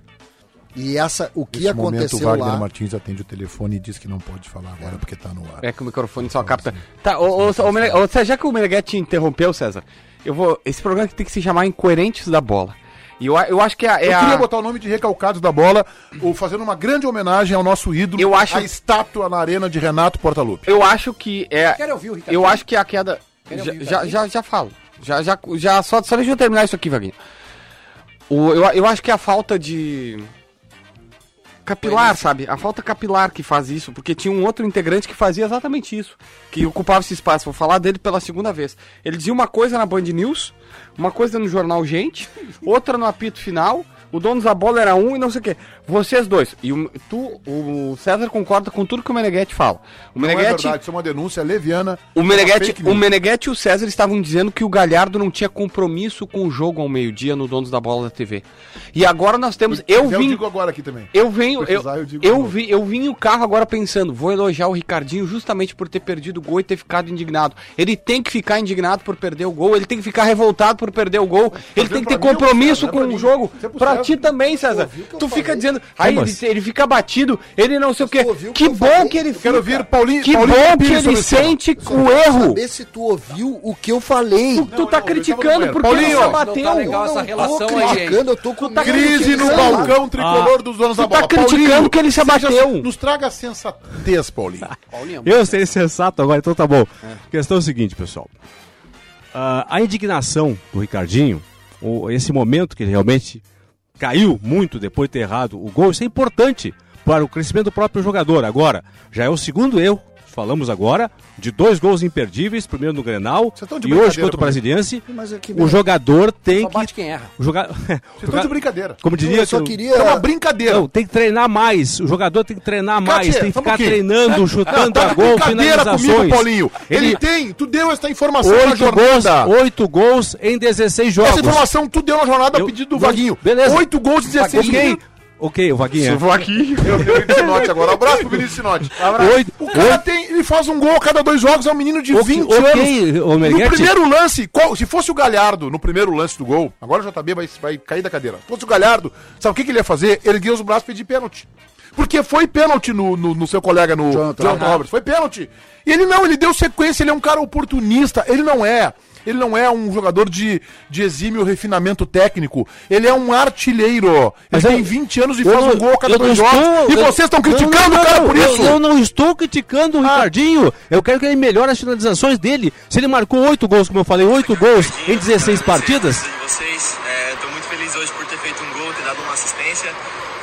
Speaker 4: E essa, o que
Speaker 2: Nesse momento, o
Speaker 4: aconteceu
Speaker 2: Wagner
Speaker 4: lá,
Speaker 2: Martins atende o telefone e diz que não pode falar agora porque tá no ar.
Speaker 3: É que o microfone só capta. Tá, ô, ô, ô, Meneghetti, ô, César, já que o Meneghete te interrompeu, César, eu vou. Esse programa aqui tem que se chamar Incoerentes da Bola. E eu, a- eu acho que é, a- é
Speaker 2: eu
Speaker 3: a.
Speaker 2: queria botar o nome de Recalcados da Bola, ou fazendo uma grande homenagem ao nosso ídolo,
Speaker 3: Eu acho-
Speaker 2: a estátua na arena de Renato Portaluppi.
Speaker 3: Eu acho que é.
Speaker 5: Quero ouvir o Ricardo.
Speaker 3: Eu acho que a queda.
Speaker 5: Quero
Speaker 3: Já,
Speaker 5: ouvir o
Speaker 3: já,
Speaker 5: Ricardo.
Speaker 3: já, já falo. Já, já, já, só, só deixa eu terminar isso aqui, Vaguinho. O, eu, eu acho que é a falta de. Capilar, sabe? A falta capilar que faz isso, porque tinha um outro integrante que fazia exatamente isso, que ocupava esse espaço. Vou falar dele pela segunda vez. Ele dizia uma coisa na Band News, uma coisa no jornal Gente,
Speaker 2: (laughs)
Speaker 3: outra no apito final. O dono da bola era um e não sei o quê. Vocês dois. E o, tu, o César concorda com tudo que o Meneghetti fala. O
Speaker 2: Não é
Speaker 3: Meneghetti
Speaker 2: verdade, isso é uma denúncia leviana. É
Speaker 3: o Meneghetti,
Speaker 2: Fake
Speaker 3: o
Speaker 2: news.
Speaker 3: Meneghetti e o César estavam dizendo que o Galhardo não tinha compromisso com o jogo ao meio-dia no Donos da Bola da TV. E agora nós temos. Eu
Speaker 2: Eu
Speaker 3: vim.
Speaker 2: digo agora aqui também.
Speaker 3: Eu venho. Eu,
Speaker 2: precisar, eu digo de
Speaker 3: eu,
Speaker 2: novo.
Speaker 3: vi, eu vim o carro agora pensando, vou elogiar o Ricardinho justamente por ter perdido o gol e ter ficado indignado. Ele tem que ficar indignado por perder o gol, ele tem que ficar revoltado por perder o gol, ele tem que ter
Speaker 2: pra mim,
Speaker 3: compromisso
Speaker 2: César,
Speaker 3: com
Speaker 2: não é pra
Speaker 3: o
Speaker 2: mim.
Speaker 3: jogo.
Speaker 2: Isso é pro
Speaker 3: Pra
Speaker 2: César.
Speaker 3: ti também, César.
Speaker 4: ouviu o que eu
Speaker 3: Tu fica
Speaker 4: falei?
Speaker 3: dizendo. Aí ele, ele fica batido, ele não sei o quê.
Speaker 4: ouviu o que
Speaker 3: Que
Speaker 4: eu
Speaker 3: bom
Speaker 4: falei?
Speaker 3: que ele
Speaker 2: Eu quero ouvir Paulinho-
Speaker 3: Que
Speaker 2: Paulinho
Speaker 3: bom que
Speaker 2: Pires
Speaker 3: ele
Speaker 2: sobre esse tema.
Speaker 3: sente o erro.
Speaker 4: saber se tu ouviu o que eu falei.
Speaker 3: Tu, tu tá
Speaker 2: não, eu tava
Speaker 3: criticando
Speaker 2: no
Speaker 3: porque
Speaker 2: banheiro.
Speaker 3: ele
Speaker 2: Paulinho,
Speaker 3: só
Speaker 2: não tá
Speaker 3: bateu.
Speaker 4: um
Speaker 5: legal essa relação aí, hein?
Speaker 4: eu tô com medo
Speaker 2: Crise
Speaker 4: de
Speaker 2: no
Speaker 4: ser lá.
Speaker 2: balcão tricolor dos donos da bola.
Speaker 3: tá criticando que ele se
Speaker 2: seja-
Speaker 3: abateu.
Speaker 2: Nos traga sensatez, (laughs) Paulinho.
Speaker 5: Paulinho,
Speaker 6: Eu sei sensato agora, então tá bom. Questão é o seguinte, pessoal. Ah, a indignação do Ricardinho, o- esse momento que ele realmente caiu muito depois de ter errado o gol, isso é importante para o crescimento do próprio jogador. Agora, já é o segundo erro falamos agora, de dois gols imperdíveis, primeiro no Grenal
Speaker 2: Vocês tão de
Speaker 6: e hoje
Speaker 2: brincadeira
Speaker 6: contra o
Speaker 2: comigo.
Speaker 6: Brasiliense.
Speaker 4: Mas é que-
Speaker 6: O jogador tem
Speaker 5: Só
Speaker 6: que
Speaker 5: bate quem erra.
Speaker 6: o joga- (laughs) o
Speaker 2: Vocês estão
Speaker 6: joga-
Speaker 2: de brincadeira.
Speaker 6: Como diria
Speaker 4: Eu só
Speaker 6: que o-
Speaker 4: queria-
Speaker 2: É uma brincadeira.
Speaker 6: Não, tem que treinar mais. O jogador tem que treinar
Speaker 2: Cátia,
Speaker 6: mais, tem que
Speaker 2: só um
Speaker 6: ficar
Speaker 2: pouquinho.
Speaker 6: treinando, chutando
Speaker 2: tá
Speaker 6: a
Speaker 2: de
Speaker 6: gol,
Speaker 2: brincadeira
Speaker 6: finalizações.
Speaker 2: comigo, Paulinho. Ele...
Speaker 6: Ele,
Speaker 2: tem, tu deu essa informação na
Speaker 6: oito gols,
Speaker 2: jornada.
Speaker 6: oito gols em 16 jogos.
Speaker 2: Essa informação tu deu na jornada a
Speaker 6: Eu-
Speaker 2: pedido do
Speaker 6: Não,
Speaker 2: Vaguinho.
Speaker 6: beleza.
Speaker 2: Oito gols em 16
Speaker 6: Ok, ok, o Vaguinho.
Speaker 2: (laughs)
Speaker 6: é.
Speaker 2: Eu vi o Vinícius Sinotti agora. Abraço pro Vinícius Sinotti.
Speaker 6: Oito-
Speaker 2: O cara tem, ele faz um gol a cada dois jogos, é um menino de
Speaker 6: Ok,
Speaker 2: 20
Speaker 6: ok,
Speaker 2: anos.
Speaker 6: ô,
Speaker 2: no
Speaker 6: Meneghetti.
Speaker 2: primeiro lance, qual- se fosse o Galhardo no primeiro lance do gol, agora o JB vai, vai cair da cadeira. Se fosse o Galhardo, sabe o que, que ele ia fazer? Ele guia os braços e pedir pênalti. Porque foi pênalti no, no- no seu colega, no
Speaker 4: Jonathan.
Speaker 2: Jonathan, Roberts. Foi pênalti. E ele não, ele deu sequência, ele é um cara oportunista. Ele não é. Ele não é um jogador de, de exímio refinamento técnico. Ele é um artilheiro.
Speaker 6: Mas é
Speaker 2: ele
Speaker 6: eu-
Speaker 2: tem 20 anos e
Speaker 6: Eu
Speaker 2: faz
Speaker 6: não-
Speaker 2: um gol a cada
Speaker 6: eu
Speaker 2: dois
Speaker 6: não
Speaker 2: jogos.
Speaker 6: estou-
Speaker 2: e
Speaker 6: eu-
Speaker 2: vocês estão
Speaker 6: Não,
Speaker 2: criticando
Speaker 6: não,
Speaker 2: o cara
Speaker 6: não,
Speaker 2: por
Speaker 6: eu-
Speaker 2: isso. Ah.
Speaker 6: Eu, não estou criticando o Ricardinho. Eu quero que ele melhore as finalizações dele. Se ele marcou oito gols, como eu falei, oito gols em 16 partidas,
Speaker 7: Estou vocês. Estou muito feliz hoje por ter feito um gol, ter dado uma assistência.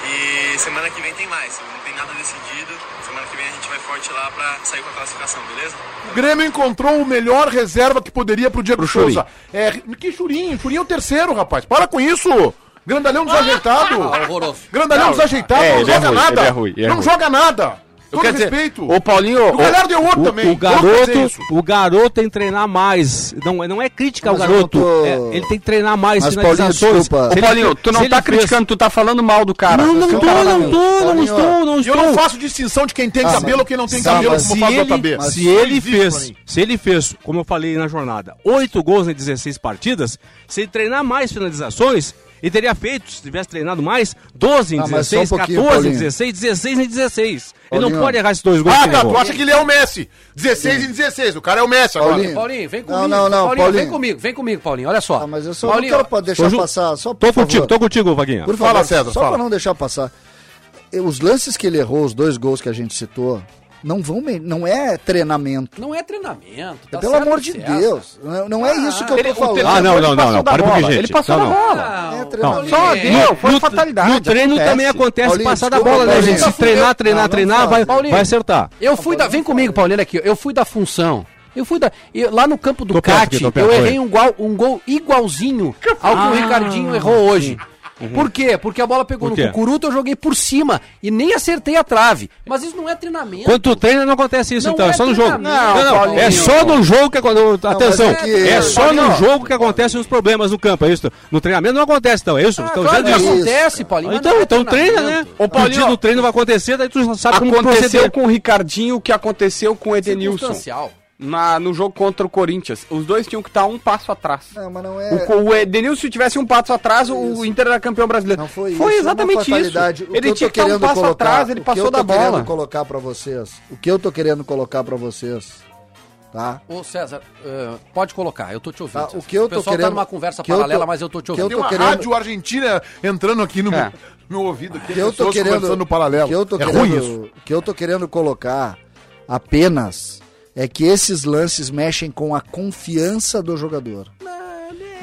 Speaker 7: E semana que vem tem mais. Não tem nada decidido. Semana que vem a gente vai forte lá pra sair com a classificação, beleza?
Speaker 2: O Grêmio encontrou o melhor reserva que poderia pro Diego Souza. É, que Churinho? Churinho é o terceiro, rapaz. Para com isso. Grandalhão desajeitado.
Speaker 5: horroroso.
Speaker 2: Grandalhão desajeitado.
Speaker 8: é,
Speaker 2: não
Speaker 8: ele é
Speaker 2: joga
Speaker 8: ruim,
Speaker 2: nada.
Speaker 8: ele é ruim, ele é
Speaker 2: não
Speaker 8: ruim.
Speaker 2: joga nada.
Speaker 8: Eu
Speaker 2: Todo
Speaker 8: quero dizer,
Speaker 2: respeito.
Speaker 8: O Paulinho.
Speaker 2: o Galhardo é outro
Speaker 6: o,
Speaker 2: também.
Speaker 6: o
Speaker 2: Outro fazer é isso.
Speaker 6: garoto, o garoto tem que treinar mais. Não, não é crítica ao
Speaker 4: Mas eu não
Speaker 6: garoto.
Speaker 4: tô-
Speaker 6: É, ele tem que treinar mais
Speaker 4: Mas, Paulinho, desculpa.
Speaker 6: Se
Speaker 3: Ô,
Speaker 6: ele-
Speaker 3: Paulinho, tu
Speaker 6: se
Speaker 3: não
Speaker 6: ele
Speaker 3: tá
Speaker 6: fez-
Speaker 3: criticando, tu tá falando mal do cara.
Speaker 6: Não, não
Speaker 2: tá
Speaker 6: tô, não tô, não
Speaker 4: Paulinho,
Speaker 6: estou, não
Speaker 2: E eu não
Speaker 6: estou.
Speaker 2: faço distinção de quem tem
Speaker 4: Ah,
Speaker 2: cabelo
Speaker 4: mas-
Speaker 2: ou quem não tem
Speaker 4: Tá,
Speaker 2: cabelo,
Speaker 4: mas
Speaker 2: como
Speaker 6: se
Speaker 2: faz o Ah,
Speaker 6: ele,
Speaker 2: JB.
Speaker 6: se
Speaker 2: Só
Speaker 6: ele
Speaker 2: existe pra
Speaker 6: fez,
Speaker 2: mim.
Speaker 6: se ele fez, como eu falei na jornada, oito gols em 16 partidas, se ele treinar mais finalizações, ele teria feito, se tivesse treinado mais, 12 em
Speaker 4: Ah, mas só
Speaker 6: 16,
Speaker 4: um pouquinho,
Speaker 6: 14 em
Speaker 4: Paulinho.
Speaker 6: 16, 16 em 16. Ele não
Speaker 4: Paulinho.
Speaker 6: pode errar esses dois gols.
Speaker 2: Ah,
Speaker 6: que ele
Speaker 2: tá.
Speaker 6: errou.
Speaker 2: Tu acha que ele é o Messi. 16 em 16. O cara é o Messi agora.
Speaker 4: Paulinho.
Speaker 5: Paulinho, vem
Speaker 4: Não,
Speaker 5: comigo.
Speaker 4: não, não,
Speaker 5: Paulinho, vem
Speaker 4: Paulinho.
Speaker 5: comigo, vem comigo, Paulinho. Olha só.
Speaker 4: Ah, mas eu só
Speaker 5: Paulinho,
Speaker 4: não quero pra deixar
Speaker 6: Ju-
Speaker 4: passar. Só
Speaker 6: Tô
Speaker 4: por favor.
Speaker 6: contigo, tô contigo, Vaguinha.
Speaker 4: Por
Speaker 2: Fala,
Speaker 4: favor,
Speaker 2: César,
Speaker 4: só
Speaker 2: fala.
Speaker 4: pra não deixar passar. Eh, Os lances que ele errou, os dois gols que a gente citou, não vão, me- não é treinamento.
Speaker 5: Não é treinamento. tá
Speaker 4: Pelo
Speaker 5: certo,
Speaker 4: amor de
Speaker 5: certo.
Speaker 4: Deus. Não, não é isso que eu
Speaker 8: Ele-
Speaker 4: tô
Speaker 8: o
Speaker 4: falando.
Speaker 8: terceiro
Speaker 6: Ah, não,
Speaker 8: gol,
Speaker 6: não,
Speaker 8: ele
Speaker 6: não,
Speaker 8: passou
Speaker 6: não,
Speaker 8: da
Speaker 6: para um pouquinho,
Speaker 8: bola.
Speaker 6: gente.
Speaker 8: Ele passou
Speaker 6: Não,
Speaker 8: da
Speaker 6: não.
Speaker 8: bola.
Speaker 5: Não,
Speaker 4: É
Speaker 5: Paulinho.
Speaker 4: treinamento.
Speaker 8: Só deu, foi
Speaker 6: no,
Speaker 8: fatalidade.
Speaker 6: no treino
Speaker 4: acontece.
Speaker 6: também acontece
Speaker 4: Paulinho,
Speaker 6: passar da
Speaker 4: desculpa,
Speaker 6: bola, né,
Speaker 4: Paulinho.
Speaker 6: gente? Se
Speaker 4: Desculpa,
Speaker 6: treinar, treinar,
Speaker 4: não,
Speaker 6: treinar,
Speaker 4: não
Speaker 6: vai,
Speaker 5: Paulinho.
Speaker 6: vai acertar.
Speaker 5: Eu fui da. Vem comigo, Paulinho, olha aqui. Eu fui da função. Eu fui da. eu- lá no campo do
Speaker 6: Tô perto
Speaker 5: CAT,
Speaker 6: aqui, tô perto,
Speaker 5: eu
Speaker 6: oi.
Speaker 5: errei um, gol- um gol igualzinho ao que o Ricardinho errou hoje. Por quê? Porque a bola pegou
Speaker 6: Ah, uhum. Por
Speaker 5: no
Speaker 6: quê?
Speaker 5: cucuruto, eu joguei por cima e nem acertei a trave. Mas isso não é treinamento.
Speaker 6: Quando tu treina, não acontece isso,
Speaker 5: Não
Speaker 6: então. É
Speaker 5: é
Speaker 6: só no jogo.
Speaker 5: treinamento, Paulinho.
Speaker 6: É só no jogo que acontece. Atenção.
Speaker 4: mas é que-
Speaker 6: É só no
Speaker 4: Paulinho, ó.
Speaker 6: jogo que acontecem os problemas no campo, é isso? No treinamento não acontece, então. É isso?
Speaker 5: Ah,
Speaker 6: Então,
Speaker 5: claro que
Speaker 6: já disse.
Speaker 4: isso.
Speaker 5: acontece, Paulinho. mas não
Speaker 6: então,
Speaker 5: é
Speaker 6: então treina, né?
Speaker 5: treinamento.
Speaker 6: O dia
Speaker 8: Paulinho,
Speaker 6: do treino vai acontecer, daí tu já sabe como
Speaker 3: Aconteceu
Speaker 6: proceder.
Speaker 3: com o Ricardinho o que aconteceu com o Edenilson.
Speaker 5: Circunstancial.
Speaker 3: na- no jogo contra o Corinthians. Os dois tinham que estar um passo atrás.
Speaker 4: Não, mas não
Speaker 3: O,
Speaker 4: é.
Speaker 3: co- o Edenilson, se tivesse um passo atrás, o Inter era campeão brasileiro.
Speaker 4: Não foi,
Speaker 3: foi
Speaker 4: isso, uma
Speaker 3: exatamente isso.
Speaker 4: fatalidade. O que
Speaker 3: Ele
Speaker 4: eu
Speaker 3: tinha
Speaker 4: tô
Speaker 3: que estar um
Speaker 4: querendo
Speaker 3: passo
Speaker 4: colocar,
Speaker 3: atrás, ele
Speaker 4: o que
Speaker 3: passou
Speaker 4: eu tô
Speaker 3: da bola.
Speaker 4: querendo colocar para vocês. O que eu tô querendo colocar para vocês, tá?
Speaker 5: Ô, César, eh, pode colocar, eu tô te ouvindo.
Speaker 4: Tá,
Speaker 5: César.
Speaker 4: o que eu tô
Speaker 5: pessoal tá
Speaker 4: querendo-
Speaker 5: numa conversa
Speaker 4: que eu tô-
Speaker 5: paralela, mas eu tô te
Speaker 4: que eu
Speaker 5: ouvindo.
Speaker 2: Tem uma
Speaker 4: tô querendo-
Speaker 2: rádio argentina entrando aqui no
Speaker 3: É.
Speaker 2: meu, meu ouvido. Aqui,
Speaker 4: que eu tô
Speaker 2: pessoas
Speaker 4: querendo
Speaker 2: conversando no paralelo.
Speaker 4: que eu tô
Speaker 2: é
Speaker 4: querendo,
Speaker 2: ruim isso.
Speaker 4: que eu tô querendo colocar apenas é que esses lances mexem com a confiança do jogador.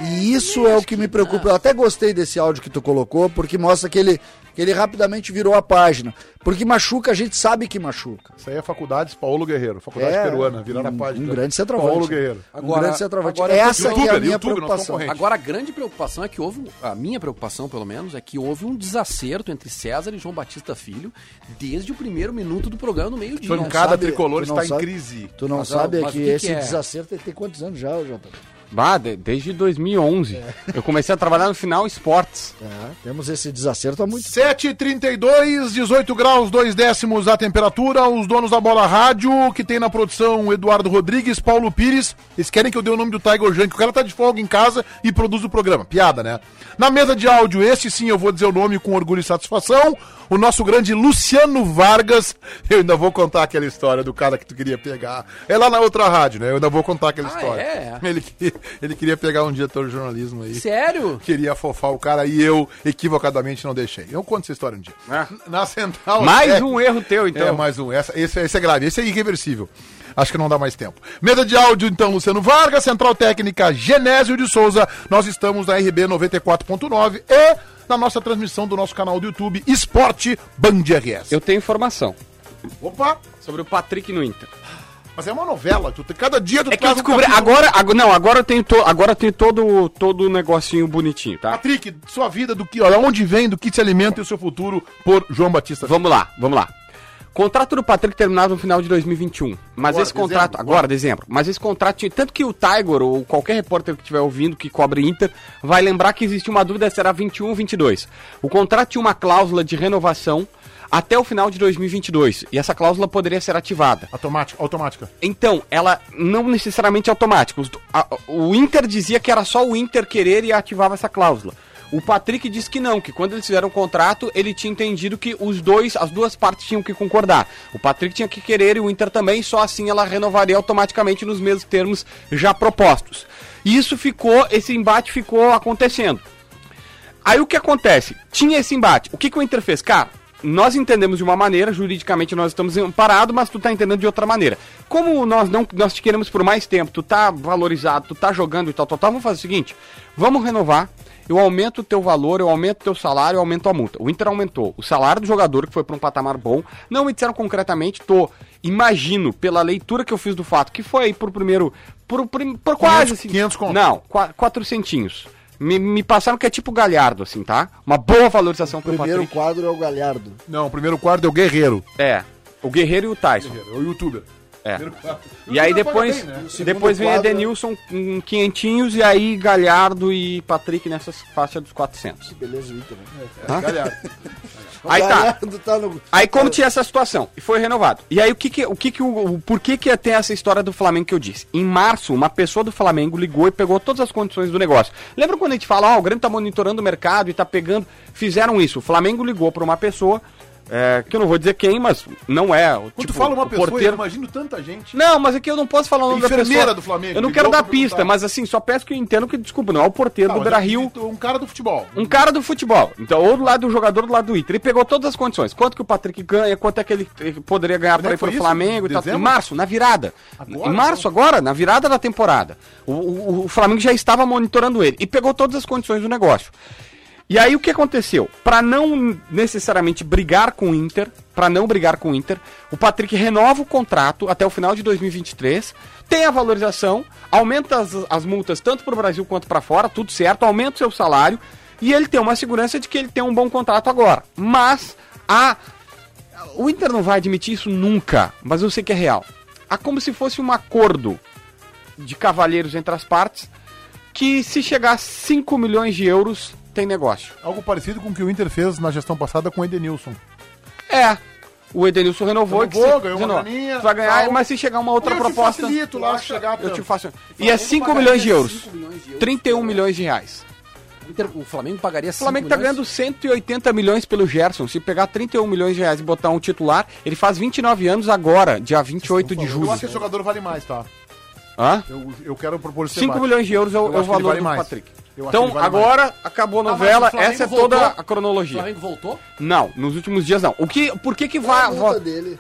Speaker 4: E isso é o que me preocupa. Eu até gostei desse áudio que tu colocou, porque mostra que ele, que ele rapidamente virou a página. Porque machuca, a gente sabe que machuca.
Speaker 2: Isso aí é faculdades Paulo Guerreiro, faculdade
Speaker 4: É,
Speaker 2: peruana, virar a
Speaker 4: um-
Speaker 2: página.
Speaker 4: um grande centroavante.
Speaker 2: Paulo Guerreiro.
Speaker 5: Agora-
Speaker 4: um grande centroavante.
Speaker 5: agora-
Speaker 4: Essa que é
Speaker 2: Youtuber,
Speaker 4: a
Speaker 2: youtuber,
Speaker 4: minha
Speaker 2: nós
Speaker 4: preocupação.
Speaker 2: concorremos.
Speaker 5: Agora, a grande preocupação é que houve, um- a minha preocupação pelo menos, é que houve um desacerto entre César e João Batista Filho desde o primeiro minuto do programa no meio-dia.
Speaker 2: Foi um cada
Speaker 4: sabe-
Speaker 2: tricolor
Speaker 4: tu não
Speaker 2: está em
Speaker 4: sabe-
Speaker 2: crise.
Speaker 4: Tu não
Speaker 5: Mas,
Speaker 4: sabe é
Speaker 5: mas
Speaker 4: que
Speaker 5: o que que
Speaker 4: esse
Speaker 5: é?
Speaker 4: desacerto ele tem quantos anos já, Jota?
Speaker 3: Bah, de- desde 2011. Eu comecei a trabalhar no final esportes.
Speaker 4: É, temos esse desacerto há muito
Speaker 2: 7h32, 18 graus, 2 décimos a temperatura. Os donos da bola rádio, que tem na produção Eduardo Rodrigues, Paulo Pires. Eles querem que eu dê o nome do Tiger Junk. O cara tá de folga em casa e produz o programa. Piada, né? Na mesa de áudio, esse sim eu vou dizer o nome com orgulho e satisfação. O nosso grande Luciano Vargas. Eu ainda vou contar aquela história do cara que tu queria pegar. É lá na outra rádio, né? Eu ainda vou contar aquela
Speaker 5: Ah,
Speaker 2: história.
Speaker 5: é?
Speaker 2: Ele, que- ele queria pegar um diretor de jornalismo aí
Speaker 5: Sério?
Speaker 2: queria afofar o cara e eu, equivocadamente, não deixei. Eu conto essa história um dia. Na central.
Speaker 3: Mais
Speaker 2: é-
Speaker 3: um erro teu,
Speaker 2: É,
Speaker 3: então.
Speaker 2: mais um. Essa, esse, esse é grave, esse é irreversível. Acho que não dá mais tempo. Mesa de áudio, então, Luciano Vargas, Central Técnica Genésio de Souza. Nós estamos na RB 94.9 e na nossa transmissão do nosso canal do YouTube Esporte Band RS.
Speaker 3: Eu tenho informação.
Speaker 2: Opa!
Speaker 3: Sobre o Patrick no Inter.
Speaker 2: Mas é uma novela. Tu, cada dia tu
Speaker 3: É que eu
Speaker 2: traz um
Speaker 3: descobri.
Speaker 2: capítulo.
Speaker 3: Agora, agora- não, agora eu tenho, to- agora eu tenho todo, todo o negocinho bonitinho, tá?
Speaker 2: Patrick, sua vida, do que, olha, onde vem, do que se alimenta e o seu futuro por João Batista.
Speaker 3: Vamos lá, vamos lá. Contrato do Patrick terminava no final de 2021. Mas
Speaker 2: Agora,
Speaker 3: esse contrato.
Speaker 2: dezembro,
Speaker 3: agora, dezembro. Mas esse contrato tinha. Tanto que o Tiger ou qualquer repórter que estiver ouvindo que cobre Inter vai lembrar que existia uma dúvida se era 21 ou 22. O contrato tinha uma cláusula de renovação até o final de 2022. E essa cláusula poderia ser ativada.
Speaker 2: Automática, automática.
Speaker 3: Então, ela não necessariamente é automática. Os do- a- o Inter dizia que era só o Inter querer e ativava essa cláusula. O Patrick disse que não, que quando eles fizeram o contrato, ele tinha entendido que os dois, as duas partes tinham que concordar. O Patrick tinha que querer e o Inter também, só assim ela renovaria automaticamente nos mesmos termos já propostos. E isso ficou, esse embate ficou acontecendo. Aí o que acontece? Tinha esse embate. O que, que o Inter fez? Cara, nós entendemos de uma maneira, juridicamente nós estamos amparados, mas tu tá entendendo de outra maneira. Como nós não nós te queremos por mais tempo, tu tá valorizado, tu tá jogando e tal, tal, tal, vamos fazer o seguinte: vamos renovar. Eu aumento o teu valor, eu aumento o teu salário, eu aumento a multa. O Inter aumentou o salário do jogador, que foi para um patamar bom. Não me disseram concretamente, tô, imagino, pela leitura que eu fiz do fato, que foi aí por primeiro, por, prim- por quase...
Speaker 2: 500, 500 conto.
Speaker 3: Não, qua- quatrocentinhos. Me, me passaram que é tipo Galhardo, assim, tá? Uma boa valorização pro
Speaker 4: Primeiro
Speaker 3: Patrick.
Speaker 4: quadro é o Galhardo.
Speaker 2: Não, o primeiro quarto é o Guerreiro.
Speaker 3: É, o Guerreiro e o Tyson.
Speaker 2: É o youtuber.
Speaker 3: É.
Speaker 2: quarto.
Speaker 3: E aí
Speaker 2: Youtuber paga
Speaker 3: depois,
Speaker 2: bem, né?
Speaker 4: segundo
Speaker 3: depois vem
Speaker 4: quadro-
Speaker 3: Edenilson com quinhentinhos e aí Galhardo e Patrick nessas faixas dos 400.
Speaker 4: Beleza, o Inter. né?
Speaker 3: Aí tá.
Speaker 4: Galhardo tá no...
Speaker 3: Aí como tinha essa situação? E foi renovado. E aí o que que, o que que o, o porquê que tem essa história do Flamengo que eu disse? Em março, uma pessoa do Flamengo ligou e pegou todas as condições do negócio. Lembra quando a gente fala, ó, o Grêmio tá monitorando o mercado e tá pegando, fizeram isso. O Flamengo ligou pra uma pessoa é, que eu não vou dizer quem, mas não é. o
Speaker 2: Quando
Speaker 3: tipo,
Speaker 2: tu fala uma
Speaker 3: o
Speaker 2: pessoa, eu
Speaker 3: porteiro-
Speaker 2: imagino tanta gente.
Speaker 3: não, mas é que eu não posso falar o nome da
Speaker 2: Enfermeira
Speaker 3: pessoa.
Speaker 2: do Flamengo,
Speaker 3: Eu não
Speaker 2: ligou
Speaker 3: quero
Speaker 2: pra
Speaker 3: dar pista,
Speaker 2: perguntar.
Speaker 3: mas assim, só peço que eu entendo que, desculpa, não é o porteiro
Speaker 2: Não,
Speaker 3: do
Speaker 2: Ah, mas
Speaker 3: Beira
Speaker 2: eu
Speaker 3: Rio.
Speaker 2: acredito, Um cara do futebol.
Speaker 3: Um cara do futebol. Então, ou do lado do jogador, do lado do Inter. Ele pegou todas as condições. Quanto que o Patrick ganha, quanto é que ele eh, poderia ganhar
Speaker 2: é
Speaker 3: para ir
Speaker 2: que
Speaker 3: pro
Speaker 2: foi isso?
Speaker 3: Flamengo e tal. Em
Speaker 2: Dezembro?
Speaker 3: março, na virada.
Speaker 2: Agora? então?
Speaker 3: em março, agora, na virada da temporada. O, o- o Flamengo já estava monitorando ele e pegou todas as condições do negócio. E aí o que aconteceu? Para não necessariamente brigar com o Inter, para não brigar com o Inter, o Patrick renova o contrato até o final de 2023, tem a valorização, aumenta as, as multas tanto para o Brasil quanto para fora, tudo certo, aumenta o seu salário e ele tem uma segurança de que ele tem um bom contrato agora. Mas a o Inter não vai admitir isso nunca, mas eu sei que é real. Há como se fosse um acordo de cavalheiros entre as partes que se chegar a 5 milhões de euros tem negócio.
Speaker 2: Algo parecido com o que o Inter fez na gestão passada com o Edenilson.
Speaker 3: É. O Edenilson renovou,
Speaker 2: Renovou,
Speaker 3: e que se-
Speaker 2: ganhou uma
Speaker 3: renova.
Speaker 2: graninha,
Speaker 3: Tu vai ganhar,
Speaker 2: tal.
Speaker 3: mas se chegar uma outra
Speaker 2: Eu te
Speaker 3: proposta,
Speaker 2: facilito lá chegar
Speaker 3: eu te
Speaker 2: tanto.
Speaker 3: faço. E é 5
Speaker 2: pagaria
Speaker 3: milhões de euros.
Speaker 5: 5 milhões de euros.
Speaker 3: 31 milhões de reais.
Speaker 5: Inter- o Flamengo pagaria
Speaker 3: O Flamengo tá ganhando 180 milhões pelo Gerson. Se pegar 31 milhões de reais e botar um titular, ele faz 29 anos agora, dia 28 de
Speaker 2: Eu
Speaker 3: julho.
Speaker 2: acho que esse jogador vale mais, tá?
Speaker 3: Hã?
Speaker 2: Eu, eu quero propor esse
Speaker 3: 5
Speaker 2: debate.
Speaker 3: milhões de euros é
Speaker 2: Eu
Speaker 3: o, é o
Speaker 2: acho que ele
Speaker 3: valor
Speaker 2: vale
Speaker 3: do
Speaker 2: mais.
Speaker 3: Patrick.
Speaker 2: Eu acho que
Speaker 3: Então,
Speaker 2: ele vale
Speaker 3: agora acabou a
Speaker 2: Ah, mas
Speaker 3: novela,
Speaker 2: o Flamengo
Speaker 3: essa é
Speaker 2: voltou?
Speaker 3: toda a
Speaker 5: O
Speaker 3: cronologia.
Speaker 5: Flamengo voltou?
Speaker 3: Não, nos últimos dias não. O que, por que que
Speaker 4: Qual
Speaker 3: vai...
Speaker 4: a multa
Speaker 3: vo-
Speaker 4: dele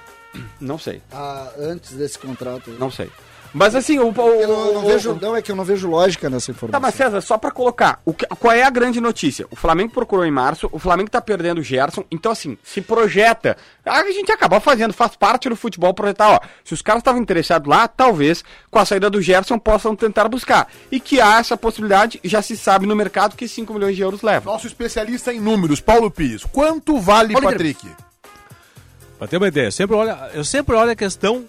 Speaker 3: Não sei,
Speaker 4: ah, antes desse contrato? aí?
Speaker 3: não sei. Mas assim, o... o,
Speaker 4: Eu não, eu não
Speaker 3: o-
Speaker 4: vejo, não, é que eu não vejo lógica nessa
Speaker 3: Tá,
Speaker 4: informação.
Speaker 3: mas César, só pra colocar, o que- qual é a grande notícia? O Flamengo procurou em março, o Flamengo tá perdendo o Gerson, então assim, se projeta. Ah, A gente acaba fazendo, faz parte do futebol projetar, ó. Se os caras estavam interessados lá, talvez, com a saída do Gerson, possam tentar buscar. E que há essa possibilidade, já se sabe no mercado que 5 milhões de euros leva.
Speaker 2: Nosso especialista em números, Paulo Pires. Quanto vale
Speaker 5: Olha,
Speaker 2: Patrick?
Speaker 6: Pra ter uma ideia, eu sempre olho, eu sempre olho a questão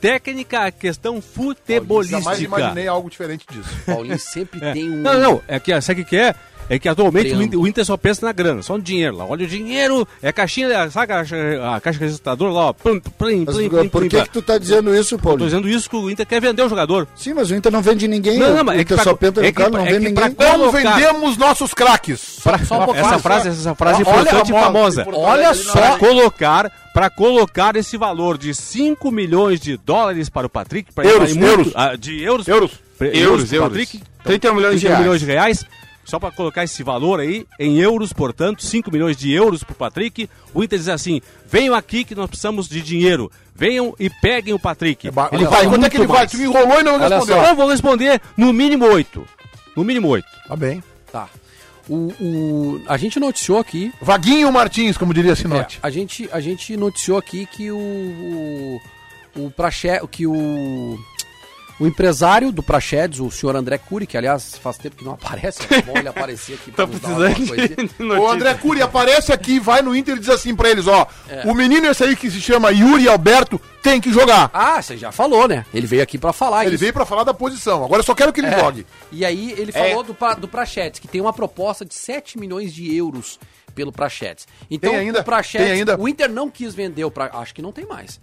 Speaker 6: técnica, a questão
Speaker 4: tá
Speaker 6: futebolística.
Speaker 2: Jamais imaginei algo diferente disso.
Speaker 5: O Paulinho sempre
Speaker 6: É.
Speaker 5: tem um.
Speaker 6: Não, não, é que, sabe o que que é? É que atualmente o
Speaker 5: Triângulo.
Speaker 6: Inter, o Inter só pensa na grana, só no dinheiro lá. Olha o dinheiro, é a caixinha, sabe a caixa, a caixa registradora lá, ó. Plim, plim,
Speaker 4: Mas,
Speaker 6: plim,
Speaker 4: Igor,
Speaker 6: plim,
Speaker 4: por
Speaker 6: plim,
Speaker 4: que,
Speaker 6: pá.
Speaker 4: que tu tá dizendo isso,
Speaker 6: Tô
Speaker 4: Paulo?
Speaker 6: dizendo isso que o Inter quer vender o jogador.
Speaker 4: Sim, mas o Inter não vende ninguém.
Speaker 6: Não, não, mas
Speaker 4: o
Speaker 6: é
Speaker 4: Inter
Speaker 6: que pra-
Speaker 4: só penta
Speaker 6: é
Speaker 4: no
Speaker 6: que
Speaker 4: cara,
Speaker 6: pra-
Speaker 4: não
Speaker 6: é
Speaker 4: vende
Speaker 6: que
Speaker 4: ninguém.
Speaker 6: pra-
Speaker 2: Como
Speaker 6: Colocar.
Speaker 2: vendemos nossos craques?
Speaker 5: Só um pouco.
Speaker 6: Essa frase, essa frase é importante e famosa.
Speaker 2: Olha
Speaker 6: Olha só, para colocar, para colocar esse valor de 5 milhões de dólares para o Patrick, para
Speaker 2: Euros,
Speaker 6: ele valer muito-
Speaker 2: euros.
Speaker 6: ah, de euros,
Speaker 2: Euros.
Speaker 6: Pre-
Speaker 3: Euros,
Speaker 6: pro
Speaker 3: euros.
Speaker 6: Patrick,
Speaker 3: 31 milhões de
Speaker 6: 31
Speaker 3: reais.
Speaker 6: milhões de reais. Só para colocar esse valor aí em euros, portanto, 5 milhões de euros para o Patrick. O Inter diz assim: venham aqui que nós precisamos de dinheiro. Venham e peguem o Patrick.
Speaker 2: Ele vai, quanto é que ele vai? Tu me enrolou e não
Speaker 5: Olha
Speaker 2: respondeu.
Speaker 5: só.
Speaker 6: Eu vou responder no mínimo 8. No mínimo 8.
Speaker 2: Tá bem.
Speaker 5: Tá. O, o- a gente noticiou aqui.
Speaker 2: Vaguinho Martins, como diria
Speaker 5: é,
Speaker 2: Sinote.
Speaker 5: a, gente, a gente noticiou aqui que o. O, o Praxé- que o. O empresário do Praxedes, o senhor André Cury, que aliás faz tempo que não aparece, é bom ele aparecer aqui pra nos dar alguma coisinha. (laughs)
Speaker 2: O André Cury aparece aqui, vai no Inter e diz assim pra eles, ó.
Speaker 5: É.
Speaker 2: O menino esse aí que se chama Yuri Alberto tem que jogar.
Speaker 5: Ah, você já falou, né? Ele veio aqui pra falar
Speaker 2: Ele
Speaker 5: isso.
Speaker 2: veio pra falar da posição. Agora eu só quero que ele
Speaker 5: É.
Speaker 2: jogue.
Speaker 5: E aí ele
Speaker 2: É.
Speaker 5: falou do, pra, do Prachetes, que tem uma proposta de 7 milhões de euros pelo Prachetes. Então,
Speaker 2: Tem ainda?
Speaker 5: o Prachetes,
Speaker 2: Tem ainda?
Speaker 5: o Inter não quis vender o pra, acho que não tem mais.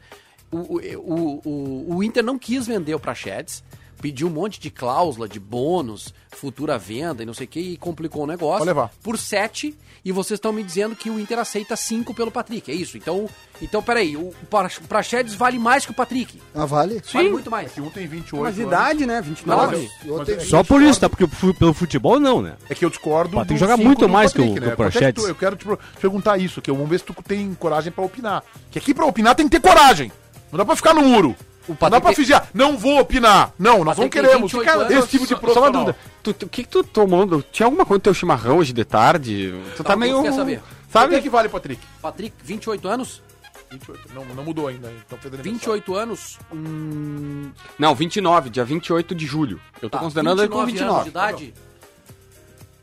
Speaker 5: O, o, o, o- o Inter não quis vender o Prachetes, pediu um monte de cláusula, de bônus, futura venda e não sei o que, e complicou o negócio.
Speaker 2: Pode levar.
Speaker 5: Por 7, e vocês estão me dizendo que o Inter aceita 5 pelo Patrick, é isso? Então, então peraí, o, Pra- Prachedes vale mais que o Patrick,
Speaker 4: Ah, vale?
Speaker 5: vale muito mais.
Speaker 2: um tem 28
Speaker 8: Mas idade, né?
Speaker 2: Tá
Speaker 5: Não,
Speaker 8: 29.
Speaker 5: mas-
Speaker 4: E outro tem
Speaker 6: Só
Speaker 4: 20.
Speaker 6: por isso, tá? Porque fu- pelo futebol, não, né?
Speaker 2: É que eu discordo.
Speaker 6: Pô, tem que
Speaker 2: do
Speaker 6: jogar
Speaker 2: cinco
Speaker 6: muito
Speaker 2: do
Speaker 6: mais que o- que o
Speaker 2: Quanto é
Speaker 6: Prachetes.
Speaker 2: tu- eu quero te pro- perguntar isso, que eu vamos ver se tu tem coragem pra opinar. Que aqui pra opinar tem que ter coragem. Não dá pra ficar no muro. não dá
Speaker 5: Patrick-
Speaker 2: pra fingir, ah, não vou opinar. Não, nós não
Speaker 5: Patrick tem
Speaker 2: queremos.
Speaker 5: 28
Speaker 2: Cara,
Speaker 5: anos.
Speaker 2: esse tipo de
Speaker 8: Só uma
Speaker 2: profissional.
Speaker 8: dúvida. Tu- tu- O que, que tu tomando? Tinha alguma coisa no teu chimarrão hoje de tarde? Tu tá
Speaker 5: Não,
Speaker 8: meio.
Speaker 5: tu quer saber.
Speaker 2: Sabe?
Speaker 8: Sabe?
Speaker 2: Quanto é que vale, Patrick?
Speaker 5: Patrick, 28 anos?
Speaker 2: 28. Não, não mudou ainda. Então fez aniversário.
Speaker 5: 28 anos,
Speaker 8: Hum, Não, 29, dia 28 de julho. Eu tô
Speaker 5: Tá,
Speaker 8: considerando ele com
Speaker 5: 29 anos de
Speaker 8: 29.
Speaker 5: idade,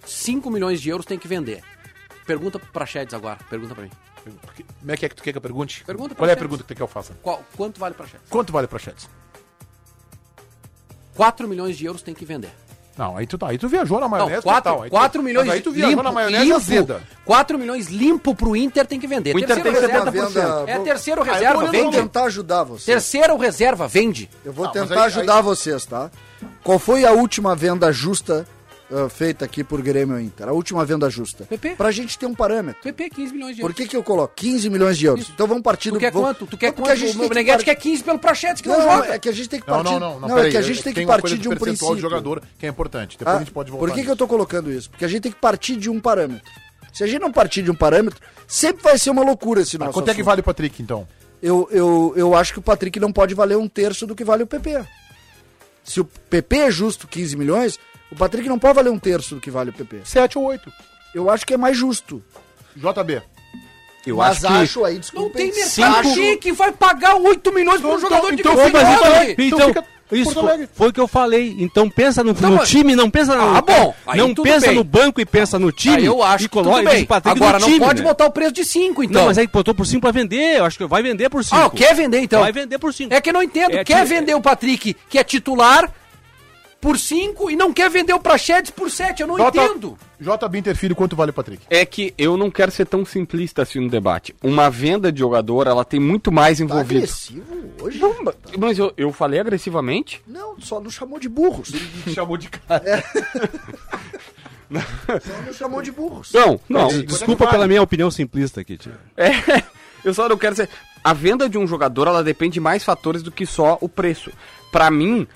Speaker 5: 5 milhões de euros tem que vender. Pergunta pra Sheds agora, pergunta pra mim.
Speaker 2: Como é que é que tu quer que eu pergunte?
Speaker 5: Pergunta pra
Speaker 2: Qual é a
Speaker 5: Prachetes.
Speaker 2: pergunta que tu quer que eu faça?
Speaker 5: Qual, quanto vale pra Sheds?
Speaker 2: Quanto vale pra Chetes?
Speaker 5: 4 milhões de euros tem que vender.
Speaker 2: Não, aí tu, tá, aí tu viajou na
Speaker 5: Não,
Speaker 2: maionese total.
Speaker 5: 4,
Speaker 2: Aí
Speaker 5: 4
Speaker 2: tu,
Speaker 5: milhões
Speaker 2: mas aí tu viajou na maionese azeda.
Speaker 5: 4 milhões limpo pro Inter tem que vender.
Speaker 2: O Inter tem
Speaker 5: reserva,
Speaker 4: 70%.
Speaker 5: É terceiro
Speaker 2: eu tô
Speaker 5: reserva,
Speaker 2: olhando
Speaker 4: Vou
Speaker 5: vende.
Speaker 4: tentar ajudar vocês.
Speaker 5: Terceiro reserva, vende.
Speaker 4: Eu vou
Speaker 2: Não, mas
Speaker 4: tentar
Speaker 2: aí-
Speaker 4: ajudar vocês, tá? Qual foi a última venda justa ah, feita aqui por Grêmio e Inter? A última venda justa.
Speaker 5: PP.
Speaker 4: Pra gente ter um parâmetro.
Speaker 5: PP, 15 é milhões de
Speaker 4: Por
Speaker 5: euros.
Speaker 4: que, que eu coloco 15 milhões de euros? Então vamos partir
Speaker 5: Tu quer
Speaker 4: vamos-
Speaker 5: quanto? Tu quer
Speaker 4: Porque a
Speaker 5: quanto?
Speaker 4: gente
Speaker 5: O
Speaker 4: tem que
Speaker 5: Meneghete
Speaker 4: par-
Speaker 5: quer 15 pelo Prachetes que não,
Speaker 4: Não,
Speaker 5: joga.
Speaker 4: é que a gente tem que
Speaker 2: Não,
Speaker 4: partir.
Speaker 2: não, não. Não,
Speaker 4: é
Speaker 2: peraí,
Speaker 4: que a
Speaker 2: eu-
Speaker 4: gente tem que
Speaker 2: tem uma
Speaker 4: partir
Speaker 2: coisa
Speaker 4: de um
Speaker 2: percentual
Speaker 4: princípio.
Speaker 2: de jogador que é importante. Depois
Speaker 4: Ah,
Speaker 2: a gente pode voltar.
Speaker 4: Por que, que
Speaker 2: nisso.
Speaker 4: eu tô colocando isso? Porque a gente tem que partir de um parâmetro. Se a gente não partir de um parâmetro, sempre vai ser uma loucura esse
Speaker 2: Tá,
Speaker 4: nosso
Speaker 2: quanto é que
Speaker 4: assunto.
Speaker 2: vale o Patrick, então?
Speaker 4: eu, eu, eu acho que o Patrick não pode valer um terço do que vale o PP. Se o PP é justo 15 milhões, o Patrick não pode valer um terço do que vale o PP.
Speaker 2: 7 ou 8.
Speaker 4: Eu acho que é mais justo.
Speaker 2: JB.
Speaker 8: Eu
Speaker 4: mas
Speaker 8: acho que.
Speaker 4: acho aí, desculpa.
Speaker 5: Não tem
Speaker 4: hein,
Speaker 5: mercado
Speaker 4: acho-
Speaker 5: que vai pagar 8 milhões por um jogador de
Speaker 2: então
Speaker 5: futebol,
Speaker 2: fica- então-
Speaker 5: velho.
Speaker 2: Então
Speaker 6: Então,
Speaker 2: fica
Speaker 6: isso
Speaker 2: Porto Alegre.
Speaker 6: foi o que eu falei. Então pensa no,
Speaker 5: Não,
Speaker 6: no
Speaker 5: mas-
Speaker 6: time, não pensa no.
Speaker 5: Ah, bom. Aí
Speaker 6: então, não
Speaker 5: tudo
Speaker 6: pensa
Speaker 5: bem.
Speaker 6: no banco e pensa no time.
Speaker 5: Ah, eu acho
Speaker 6: e
Speaker 5: que tudo
Speaker 6: coloca
Speaker 5: bem.
Speaker 6: o Patrick
Speaker 5: Agora
Speaker 6: no
Speaker 5: não
Speaker 6: time,
Speaker 5: pode
Speaker 6: né?
Speaker 5: botar o preço de 5, então.
Speaker 6: Não, mas é aí botou por 5 pra vender. Eu acho que vai vender por 5.
Speaker 5: Ah, quer vender, então.
Speaker 6: Vai vender por 5.
Speaker 5: É que eu não entendo.
Speaker 6: É
Speaker 5: quer
Speaker 6: ti-
Speaker 5: vender o Patrick, que é titular, por 5 e não quer vender o Prachedes por 7. Eu não entendo.
Speaker 2: JB Interfilho, quanto vale o Patrick?
Speaker 3: É que eu não quero ser tão simplista assim no debate. Uma venda de jogador, ela tem muito mais
Speaker 4: Tá
Speaker 3: envolvido.
Speaker 4: agressivo hoje?
Speaker 3: Não, mas- mas eu, eu falei agressivamente?
Speaker 4: Não, só nos chamou de burros.
Speaker 2: Chamou de cara.
Speaker 4: Só nos chamou de burros.
Speaker 3: Não, não.
Speaker 6: Desculpa pela minha opinião simplista aqui, tio.
Speaker 3: É, eu só não quero ser. A venda de um jogador, ela depende de mais fatores do que só o preço. Pra mim,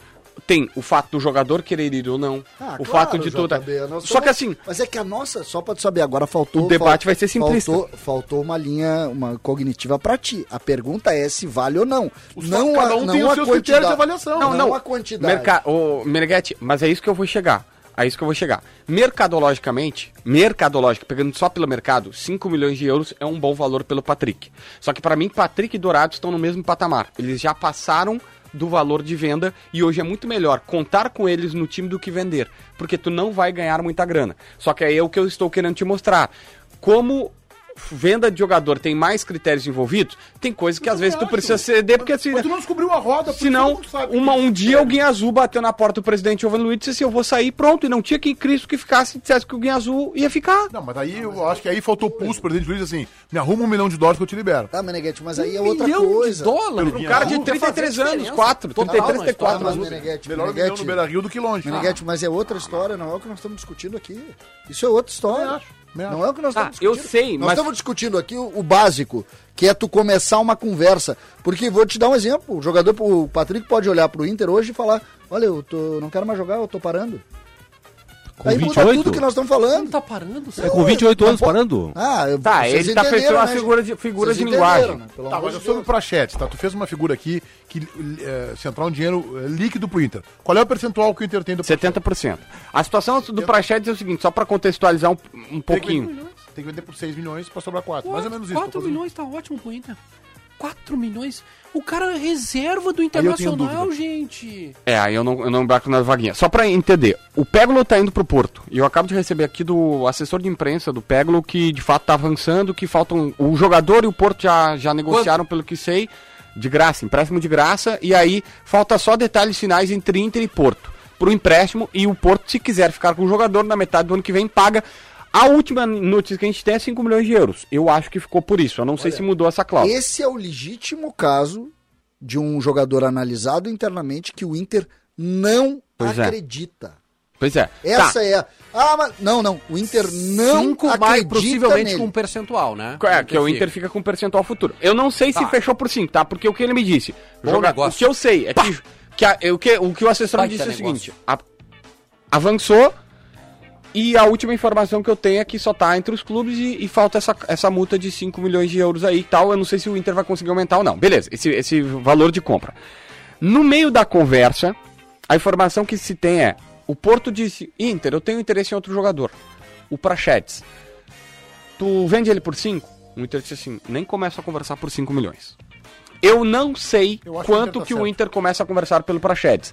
Speaker 3: tem o fato do jogador querer ir ou não.
Speaker 4: Ah, claro,
Speaker 3: o fato de
Speaker 6: é-
Speaker 3: toda.
Speaker 4: JB, nós
Speaker 3: Só que
Speaker 4: somos-
Speaker 3: assim,
Speaker 4: Mas é que a nossa, só pra tu saber, agora faltou.
Speaker 3: O debate
Speaker 4: fal-
Speaker 3: vai ser simplista.
Speaker 4: Faltou, faltou uma linha, uma cognitiva pra ti. A pergunta é se vale ou não.
Speaker 2: Os-
Speaker 4: não
Speaker 2: cada
Speaker 4: a,
Speaker 2: um
Speaker 4: não
Speaker 2: tem os
Speaker 4: a
Speaker 2: seus
Speaker 4: quantidade.
Speaker 2: critérios de avaliação.
Speaker 4: Não,
Speaker 3: Não,
Speaker 4: não,
Speaker 3: não.
Speaker 4: a quantidade.
Speaker 3: Merca... Ô, Meneghetti, mas é isso que eu vou chegar. É isso que eu vou chegar. Mercadologicamente, mercadológico, pegando só pelo mercado, 5 milhões de euros é um bom valor pelo Patrick. Só que pra mim, Patrick e Dourado estão no mesmo patamar. Eles já passaram do valor de venda e hoje é muito melhor contar com eles no time do que vender, porque tu não vai ganhar muita grana. Só que aí é o que eu estou querendo te mostrar. Como venda de jogador tem mais critérios envolvidos, tem coisa que às vezes tu
Speaker 2: acho.
Speaker 3: precisa ceder porque assim,
Speaker 2: Mas tu não descobriu a roda, por isso
Speaker 3: Senão,
Speaker 2: tu não sabe. É,
Speaker 3: uma, um
Speaker 4: é.
Speaker 3: dia o Guinha Azul bateu na porta do presidente Giovanni Luiz e disse assim, eu vou sair pronto. E não tinha quem Cristo que ficasse e dissesse que o Guinha Azul ia ficar.
Speaker 2: Não, mas aí eu acho que aí faltou o pulso, presidente Luiz, assim, me arruma um milhão de dólares que eu te libero.
Speaker 4: Tá, Meneghete, mas aí é
Speaker 5: Um
Speaker 4: outra
Speaker 5: milhão
Speaker 4: coisa.
Speaker 5: de dólares.
Speaker 2: Pelo
Speaker 3: Um cara de
Speaker 2: Guinha
Speaker 5: Azul.
Speaker 3: 33
Speaker 5: Vai fazer
Speaker 3: anos,
Speaker 5: diferença.
Speaker 3: 4,
Speaker 5: Total,
Speaker 3: 33,
Speaker 5: mas
Speaker 3: 34
Speaker 4: mas
Speaker 3: anos.
Speaker 4: Meneghete,
Speaker 2: Melhor um milhão no
Speaker 4: Meneghete,
Speaker 2: Beira Rio do que longe.
Speaker 4: Meneghete, mas é outra história, não é o que nós estamos discutindo aqui. Isso é outra história.
Speaker 2: Eu acho, eu acho.
Speaker 4: Não é o que nós
Speaker 3: Tá,
Speaker 4: estamos discutindo.
Speaker 3: eu sei,
Speaker 4: nós
Speaker 3: mas-
Speaker 4: estamos discutindo aqui o, o básico, que é tu começar uma conversa. Porque vou te dar um exemplo. O jogador, o Patrick pode olhar pro Inter hoje e falar: Olha, eu tô, não quero mais jogar, eu tô parando. Aí muda
Speaker 6: 28?
Speaker 4: tudo que nós estamos falando.
Speaker 5: Não tá parando,
Speaker 6: É
Speaker 5: sabe?
Speaker 6: com 28 anos parando?
Speaker 4: Ah, eu-
Speaker 3: Tá,
Speaker 4: vocês
Speaker 3: ele tá
Speaker 4: entenderam,
Speaker 3: fechando uma
Speaker 4: né,
Speaker 3: figura
Speaker 4: gente?
Speaker 3: de, figura
Speaker 4: Vocês
Speaker 3: de
Speaker 4: entenderam,
Speaker 3: linguagem.
Speaker 4: né? Pelo
Speaker 2: Tá,
Speaker 4: amor
Speaker 2: mas eu
Speaker 4: de
Speaker 2: soube
Speaker 4: Deus.
Speaker 2: o Prachete, tá? Tu fez uma figura aqui que eh, se entrar um dinheiro eh, líquido pro Inter. Qual é o percentual que o Inter tem do
Speaker 3: 70%. A situação do Prachedes é o seguinte, só pra contextualizar um, um
Speaker 2: Tem que vender
Speaker 3: pouquinho.
Speaker 2: milhões. Tem que vender por 6 milhões pra sobrar 4.
Speaker 5: Quatro-
Speaker 2: Mais ou menos isso.
Speaker 5: quatro
Speaker 2: tô fazendo.
Speaker 5: milhões tá ótimo pro Inter. 4 milhões? O cara é reserva do
Speaker 2: eu tenho
Speaker 5: Internacional, gente.
Speaker 3: É, aí eu não, eu não embarco na vaguinha. Só pra entender, o Pégolo tá indo pro Porto. E eu acabo de receber aqui do assessor de imprensa do Pégolo que de fato tá avançando, que faltam. O jogador e o Porto já, já negociaram, pelo que sei, de graça, empréstimo de graça. E aí falta só detalhes finais entre Inter e Porto. Pro empréstimo, e o Porto, se quiser ficar com o jogador, na metade do ano que vem paga. A última notícia que a gente tem é 5 milhões de euros. Eu acho que ficou por isso. Eu não sei se mudou essa cláusula.
Speaker 4: Esse é o legítimo caso de um jogador analisado internamente que o Inter não
Speaker 3: Pois é.
Speaker 4: acredita.
Speaker 3: Pois é.
Speaker 4: Essa é a. Ah, mas. Não, não. O Inter não
Speaker 5: Cinco
Speaker 4: acredita
Speaker 5: mais, possivelmente
Speaker 4: nele.
Speaker 5: com um percentual, né?
Speaker 3: É, que o Inter fica com um percentual futuro. Eu não sei se
Speaker 5: Tá.
Speaker 3: fechou por 5, tá? Porque o que ele me disse.
Speaker 5: Bom
Speaker 3: joga-
Speaker 5: negócio.
Speaker 3: O que eu sei é que, que a- o que o que o assessor me
Speaker 5: Baita
Speaker 3: disse é o
Speaker 5: negócio.
Speaker 3: seguinte: a- avançou e a última informação que eu tenho é que só tá entre os clubes e, e falta essa, essa multa de 5 milhões de euros aí e tal. Eu não sei se o Inter vai conseguir aumentar ou não. Beleza, esse, esse valor de compra. No meio da conversa, a informação que se tem é: o Porto disse, Inter, eu tenho interesse em outro jogador, o Prachetes. Tu vende ele por 5? O Inter disse assim: nem começa a conversar por 5 milhões. Eu não sei
Speaker 2: Eu acho que o Inter
Speaker 3: quanto
Speaker 2: tá
Speaker 3: que o
Speaker 2: certo.
Speaker 3: Inter começa a conversar pelo Prachedes.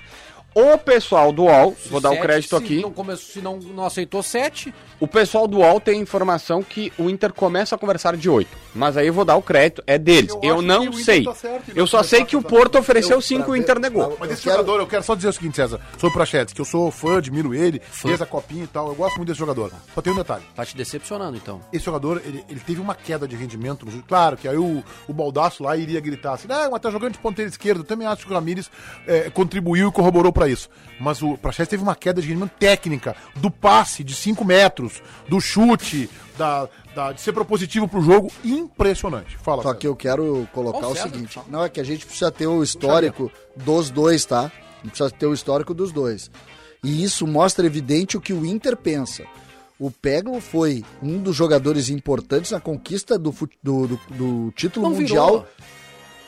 Speaker 3: O pessoal do UOL, vou dar o
Speaker 5: Sete,
Speaker 3: crédito
Speaker 5: se
Speaker 3: aqui,
Speaker 5: Não começou, se não, não aceitou 7,
Speaker 3: o pessoal do UOL tem informação que o Inter começa a conversar de 8. Mas aí eu vou dar o crédito, é deles.
Speaker 2: Eu
Speaker 3: Eu,
Speaker 2: acho que
Speaker 3: não
Speaker 2: o Inter
Speaker 3: sei.
Speaker 2: tá certo, ele
Speaker 3: eu só
Speaker 2: vai
Speaker 3: sei
Speaker 2: começar
Speaker 3: que o
Speaker 2: a conversar.
Speaker 3: Porto ofereceu
Speaker 4: Eu-
Speaker 3: 5
Speaker 4: pra
Speaker 3: e o
Speaker 4: ver-
Speaker 3: Inter negou.
Speaker 4: pra-
Speaker 2: Mas
Speaker 4: Eu
Speaker 2: esse
Speaker 4: quero-
Speaker 2: jogador, eu quero só dizer o seguinte, César, sobre o Prachetes, que eu sou fã, admiro ele, desde a copinha e tal, eu gosto muito desse jogador. Só tem um detalhe.
Speaker 5: tá te decepcionando, então.
Speaker 2: Esse jogador, ele, ele teve uma queda de rendimento. nos- Claro que aí o, o Baldaço lá iria gritar assim, ah, mas tá jogando de ponteiro esquerdo. Eu Também acho que o Ramires eh, contribuiu e corroborou pra isso. Mas o Prachetes teve uma queda de rendimento técnica, do passe de 5 metros, do chute, da, da- de ser propositivo pro jogo, impressionante. Fala,
Speaker 4: Só
Speaker 2: César.
Speaker 4: que eu quero colocar
Speaker 5: Ó,
Speaker 4: o
Speaker 5: César,
Speaker 4: seguinte: não, é que a gente precisa ter o histórico dos dois, tá? A gente precisa ter o histórico dos dois. E isso mostra evidente o que o Inter pensa. O Peglo foi um dos jogadores importantes na conquista do, fut- do- do- do título
Speaker 5: Não virou.
Speaker 4: mundial.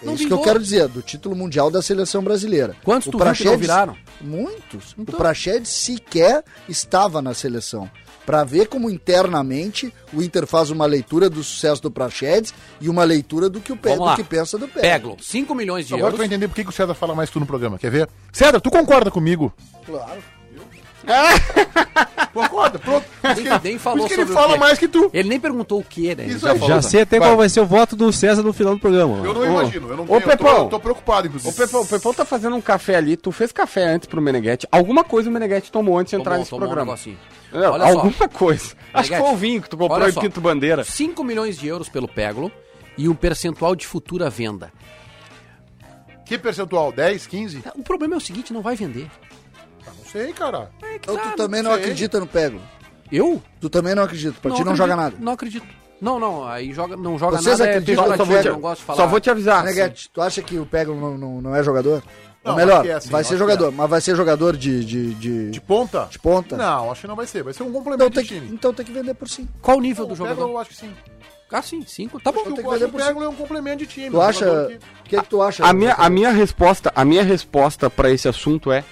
Speaker 4: É
Speaker 5: Não
Speaker 4: isso
Speaker 5: virou.
Speaker 4: que eu quero dizer, do título mundial da seleção brasileira.
Speaker 5: Quantos
Speaker 4: o
Speaker 5: tu viu que não
Speaker 4: Praxedes-
Speaker 5: viraram?
Speaker 4: Muitos.
Speaker 5: Então.
Speaker 4: O Praxedes sequer estava na seleção. Pra ver como internamente o Inter faz uma leitura do sucesso do Praxedes e uma leitura do que o Pe-
Speaker 5: Vamos lá.
Speaker 4: do que pensa do Pedro.
Speaker 5: Peglo, 5 milhões de
Speaker 2: Agora tu
Speaker 5: euros.
Speaker 2: vai entender por que que o César fala mais tu no programa, quer ver? César, tu concorda comigo?
Speaker 4: Claro.
Speaker 2: (laughs) Concorda, pronto.
Speaker 5: Nem, nem falou
Speaker 2: Por isso que ele
Speaker 5: sobre o
Speaker 2: fala
Speaker 5: quê.
Speaker 2: mais que tu.
Speaker 5: Ele nem perguntou o que, né? Ele
Speaker 2: Isso aí.
Speaker 5: falou.
Speaker 6: Já sei até qual vai ser o voto do César no final do programa.
Speaker 2: Eu
Speaker 6: mano.
Speaker 2: não imagino, eu não
Speaker 3: ô,
Speaker 2: tenho, eu tô-
Speaker 3: Pepão.
Speaker 2: eu tô preocupado, inclusive.
Speaker 3: Ô, Pepão, o Pepão tá fazendo um café ali. Tu fez café antes pro Meneghete. Alguma coisa o Meneghete tomou antes de entrar
Speaker 5: Tomou-
Speaker 3: nesse
Speaker 5: tomou um
Speaker 3: programa.
Speaker 5: negocinho.
Speaker 2: É,
Speaker 3: Não,
Speaker 5: Olha só.
Speaker 3: alguma coisa. Acho que
Speaker 5: Meneghete,
Speaker 3: foi o vinho que tu comprou
Speaker 5: olha
Speaker 3: em
Speaker 5: só.
Speaker 3: Pinto Bandeira.
Speaker 5: 5 milhões de euros pelo Peglo e um percentual de futura venda.
Speaker 2: Que percentual? 10, 15?
Speaker 5: Tá, O problema é o seguinte, não vai vender.
Speaker 2: Ah, Não sei, cara.
Speaker 4: Então tu também não
Speaker 2: Tá, sei.
Speaker 4: acredita no Pego.
Speaker 5: Eu?
Speaker 4: Tu também não acredita. Pra ti não
Speaker 5: acredito,
Speaker 4: joga nada.
Speaker 5: Não acudito. Não, não, aí joga, não joga
Speaker 4: Vocês
Speaker 5: nada,
Speaker 4: acreditam?
Speaker 5: é
Speaker 4: Só
Speaker 5: pejorativo,
Speaker 4: vou te-
Speaker 5: não gosto de falar.
Speaker 3: Só vou te avisar. assim,
Speaker 4: Meneghete, Né, tu acha que o Pego não, não, não é jogador?
Speaker 2: Não,
Speaker 4: Ou melhor,
Speaker 2: acho que é assim,
Speaker 4: vai
Speaker 2: acho
Speaker 4: ser
Speaker 2: que
Speaker 4: jogador, mas vai ser jogador de. de, de-
Speaker 2: De ponta?
Speaker 4: De ponta?
Speaker 2: Não, acho que não vai ser. Vai ser um complemento
Speaker 4: Então,
Speaker 2: de
Speaker 4: tem que,
Speaker 2: time.
Speaker 4: então tem que vender por sim.
Speaker 5: Qual o nível do
Speaker 2: o Pego,
Speaker 5: jogador?
Speaker 2: eu acho que sim.
Speaker 5: Ah, sim, 5, tá bom.
Speaker 2: Acho que
Speaker 4: que
Speaker 2: o acho
Speaker 4: fazer
Speaker 2: que o
Speaker 4: por
Speaker 2: Pego é um complemento de time.
Speaker 4: Tu
Speaker 2: um
Speaker 4: acha.
Speaker 2: jogador que-
Speaker 4: O que, que tu acha?
Speaker 3: A minha, a minha resposta, a minha resposta para esse assunto é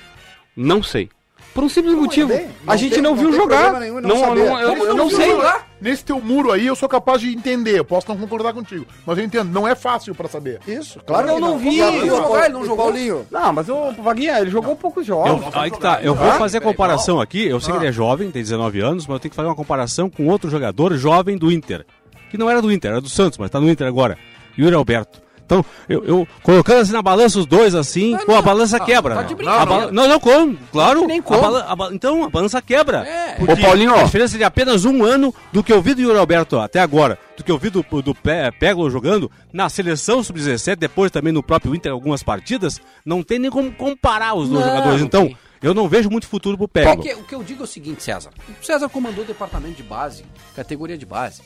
Speaker 3: não sei. Por um simples motivo,
Speaker 4: bem,
Speaker 3: a
Speaker 4: não
Speaker 3: gente
Speaker 4: tem-
Speaker 3: não
Speaker 4: não
Speaker 3: viu
Speaker 4: tem
Speaker 3: jogar.
Speaker 4: problema nenhum em não
Speaker 3: não,
Speaker 4: saber.
Speaker 3: não- eu,
Speaker 4: Como
Speaker 3: eu não
Speaker 2: Nesse
Speaker 3: sei.
Speaker 2: teu muro- Nesse teu muro aí, eu sou capaz de entender. Eu posso não concordar contigo. Mas eu entendo, não é fácil pra saber.
Speaker 4: Isso, claro
Speaker 3: Eu
Speaker 4: que
Speaker 3: não vi.
Speaker 4: Claro que
Speaker 3: Ele não
Speaker 5: jogou, ele não
Speaker 4: E
Speaker 5: jogou.
Speaker 4: Paulinho,
Speaker 3: Não, mas o Vaguinha, ele jogou poucos jogos.
Speaker 6: Eu, aí que tá, eu vou fazer comparação aqui. Eu sei que ele é jovem, tem 19 anos, mas eu tenho que fazer uma comparação com outro jogador jovem do Inter. Que não era do Inter, era do Santos, mas tá no Inter agora. Yuri Alberto. Então, eu, eu colocando assim na balança os dois assim, pô, a
Speaker 5: não.
Speaker 6: balança
Speaker 5: Ah,
Speaker 6: quebra.
Speaker 5: tá
Speaker 6: né?
Speaker 5: de
Speaker 6: A
Speaker 5: brincadeira.
Speaker 6: bala- não, não, como, claro.
Speaker 5: Nem
Speaker 6: a
Speaker 5: como.
Speaker 6: bala- a ba- então, a balança quebra.
Speaker 5: É.
Speaker 6: Porque
Speaker 3: Ô, Paulinho,
Speaker 6: a diferença de apenas um ano do que eu vi do Yuri Alberto até agora, do que eu vi do, do Pe- Peglo jogando na seleção sub-17, depois também no próprio Inter algumas partidas, não tem nem como comparar os dois
Speaker 5: Não,
Speaker 6: jogadores.
Speaker 5: não
Speaker 6: Então,
Speaker 5: tem.
Speaker 6: eu não vejo muito futuro pro
Speaker 5: É
Speaker 6: Peglo.
Speaker 5: que- o que eu digo é o seguinte, César. O César comandou o departamento de base, categoria de base.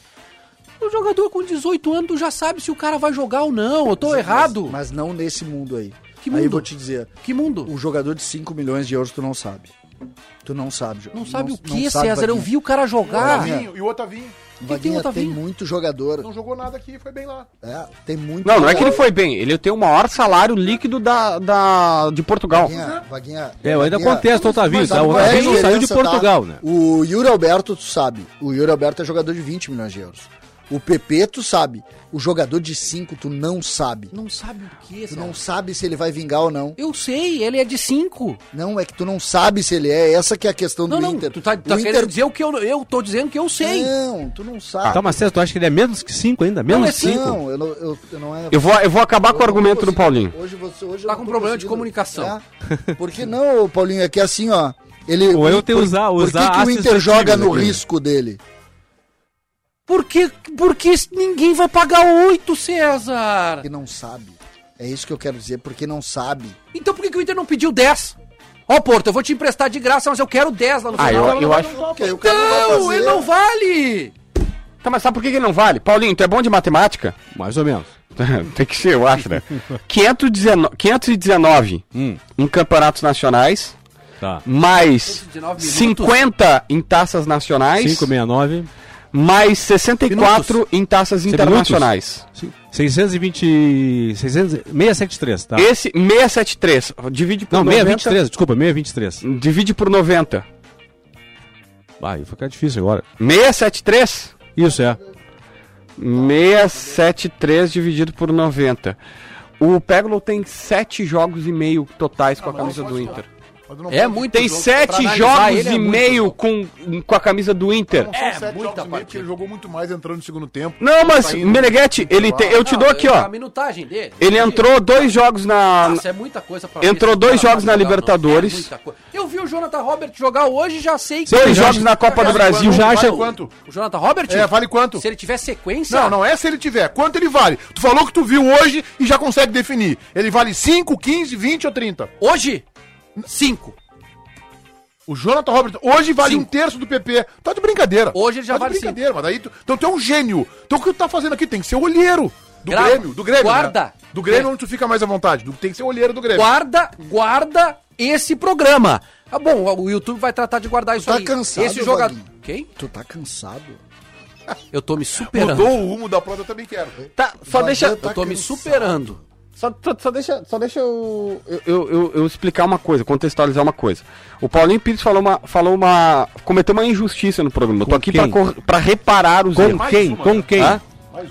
Speaker 5: O jogador com 18 anos, tu já sabe se o cara vai jogar ou não. Eu tô errado.
Speaker 4: Mas não nesse mundo aí.
Speaker 5: Que
Speaker 4: Aí
Speaker 5: mundo?
Speaker 4: eu vou te dizer,
Speaker 5: que mundo?
Speaker 4: o jogador de 5 milhões de euros tu não sabe. Tu não sabe jogar.
Speaker 5: Não sabe o
Speaker 4: não
Speaker 5: que,
Speaker 4: sabe,
Speaker 5: César? Eu
Speaker 4: Vaguinha.
Speaker 5: vi o cara jogar.
Speaker 4: Vaguinha.
Speaker 2: Otavinho, e o Otavinho
Speaker 4: Vaguinha
Speaker 5: tem o
Speaker 4: tem
Speaker 5: Otavinho?
Speaker 4: muito jogador.
Speaker 2: não jogou nada aqui, foi bem lá.
Speaker 4: É, tem muito
Speaker 3: Não, não é que ele
Speaker 4: jogador.
Speaker 3: foi bem. Ele tem o maior salário líquido da, da, de Portugal.
Speaker 4: Vaguinha, Vaguinha,
Speaker 6: É, eu ainda
Speaker 4: Vaguinha-
Speaker 6: contesto o Otavinho,
Speaker 4: Mas
Speaker 6: tá?
Speaker 4: sabe
Speaker 6: O
Speaker 4: qual é a
Speaker 6: Otavinho não saiu de
Speaker 4: diferença, tá?
Speaker 6: Portugal, né?
Speaker 4: O Yuri Alberto, tu sabe. O Yuri Alberto é jogador de 20 milhões de euros. O PP, tu sabe. O jogador de 5, tu não sabe.
Speaker 5: Não sabe o que,
Speaker 4: Tu
Speaker 5: César.
Speaker 4: não sabe se ele vai vingar ou não.
Speaker 5: Eu sei, ele é de 5.
Speaker 4: Não, é que tu não sabe se ele é. Essa que é a questão
Speaker 5: Não,
Speaker 4: do
Speaker 5: não,
Speaker 4: Inter. É,
Speaker 5: tu tá, tá
Speaker 4: o
Speaker 5: querendo dizer o que eu... Eu tô dizendo que eu sei.
Speaker 4: Não, tu não sabe.
Speaker 6: Tá, mas César, tu acha que ele é menos que 5 ainda? Menos
Speaker 5: Não, é
Speaker 6: que 5?
Speaker 4: Não, eu não, eu, eu não é...
Speaker 3: Eu vou, eu vou acabar com o
Speaker 4: Eu não
Speaker 3: argumento do
Speaker 4: consigo.
Speaker 3: Paulinho.
Speaker 4: Hoje você, hoje eu
Speaker 5: Tá
Speaker 4: não
Speaker 5: com
Speaker 4: tô
Speaker 5: problema de
Speaker 4: conseguindo.
Speaker 5: comunicação.
Speaker 3: (laughs)
Speaker 4: É. Por que não, Paulinho? É que assim, ó. Ele,
Speaker 6: Ou eu tenho usar-
Speaker 4: por
Speaker 6: usar
Speaker 4: que, que o
Speaker 6: aços
Speaker 4: Inter joga no
Speaker 6: flexíveis aqui.
Speaker 4: risco dele?
Speaker 5: Porque, porque ninguém vai pagar 8, César.
Speaker 4: Porque não sabe. É isso que eu quero dizer, porque não sabe.
Speaker 5: Então por que, que o Inter não pediu 10? Ó, Porto, eu vou te emprestar de graça, mas eu quero 10 lá no
Speaker 3: Ah, eu,
Speaker 5: final.
Speaker 3: eu acho.
Speaker 4: Porque aí o cara vai
Speaker 5: Então,
Speaker 4: fazer.
Speaker 5: ele não vale!
Speaker 3: Tá, mas sabe por que que ele não vale? Paulinho, tu é bom de matemática?
Speaker 6: Mais ou menos.
Speaker 3: (laughs) Tem que ser, eu acho, né? 519, 519
Speaker 6: Hum.
Speaker 3: em campeonatos nacionais,
Speaker 6: Tá.
Speaker 3: mais
Speaker 5: 519 minutos.
Speaker 3: 50 em taças nacionais,
Speaker 6: 569.
Speaker 3: mais 64 em taças internacionais.
Speaker 6: Sim. 620. 600, 673, tá?
Speaker 3: Esse 673, divide por
Speaker 6: Não,
Speaker 3: 90.
Speaker 6: 623, desculpa, 623.
Speaker 3: Divide por 90.
Speaker 6: Ah, vai ficar difícil agora.
Speaker 3: 673?
Speaker 6: Isso é.
Speaker 3: 673 dividido por 90. O Peglo tem 7 jogos e meio totais com a camisa do Inter.
Speaker 2: Mas eu não
Speaker 5: É muito
Speaker 3: Tem
Speaker 5: jogo pra
Speaker 3: 7
Speaker 5: analisar,
Speaker 3: jogos
Speaker 5: ele é
Speaker 3: e
Speaker 5: muito
Speaker 3: meio
Speaker 5: jogo.
Speaker 3: com, com a camisa do Inter.
Speaker 2: Não são
Speaker 5: É,
Speaker 2: sete
Speaker 5: muita
Speaker 2: jogos e meio, porque
Speaker 5: partida.
Speaker 2: ele jogou muito mais entrando no segundo tempo.
Speaker 3: Não, mas,
Speaker 2: Saindo.
Speaker 3: Meneghetti, ele tem, eu te
Speaker 5: Não, é
Speaker 3: dou aqui,
Speaker 5: A
Speaker 3: ó.
Speaker 5: minutagem dele.
Speaker 3: Ele entrou dois jogos na.
Speaker 5: Nossa, é muita coisa pra
Speaker 3: Entrou
Speaker 5: esse
Speaker 3: dois
Speaker 5: cara
Speaker 3: jogos
Speaker 5: não
Speaker 3: na
Speaker 5: jogar, não.
Speaker 3: Libertadores.
Speaker 5: É muita coisa. Eu vi o Jonathan Robert jogar hoje, já sei que.
Speaker 3: Dois
Speaker 5: Já-
Speaker 3: jogos na Copa
Speaker 2: Vale
Speaker 3: do Brasil.
Speaker 2: quanto?
Speaker 6: já
Speaker 2: Vale
Speaker 6: acha-
Speaker 2: quanto?
Speaker 5: O Jonathan Robert?
Speaker 2: É, vale quanto?
Speaker 5: Se ele tiver sequência.
Speaker 2: Não, não é se ele tiver. Quanto ele vale? Tu falou que tu viu hoje e já consegue definir. Ele vale 5, 15, 20 ou 30?
Speaker 5: Hoje? Cinco.
Speaker 2: O Jonathan Roberts hoje vale
Speaker 5: Cinco.
Speaker 2: um terço do PP. Tá de brincadeira.
Speaker 5: Hoje ele já
Speaker 2: tá
Speaker 5: vale
Speaker 2: de brincadeira, mas daí tu, então tu é um gênio. Então o que tu tá fazendo aqui tem que ser o olheiro do
Speaker 5: Grava.
Speaker 2: Grêmio, do Grêmio.
Speaker 5: Guarda.
Speaker 2: né? Do Grêmio
Speaker 5: É.
Speaker 2: onde tu fica mais à vontade. Do- Tem que ser o olheiro do Grêmio.
Speaker 5: Guarda, guarda esse programa. Ah, bom, o YouTube vai tratar de guardar isso
Speaker 4: tá
Speaker 5: aí.
Speaker 4: cansado,
Speaker 5: esse jogador.
Speaker 4: Vaguinho?
Speaker 5: Quem?
Speaker 4: Tu tá cansado.
Speaker 5: Eu tô me superando.
Speaker 2: Mudou o rumo da prova, eu também quero.
Speaker 3: Tá, só
Speaker 4: Vaguinho
Speaker 3: deixa.
Speaker 4: tá
Speaker 5: Eu tô me
Speaker 4: cansado.
Speaker 5: superando.
Speaker 3: Só, só- só deixa, só deixa eu, eu, eu- eu explicar uma coisa, contextualizar uma coisa. O Paulinho Pires falou uma. Falou uma cometeu uma injustiça no programa. Eu tô aqui pra,
Speaker 6: quem?
Speaker 3: cor- pra reparar os
Speaker 6: Com quem?
Speaker 2: uma,
Speaker 6: Com quem?
Speaker 3: Hã?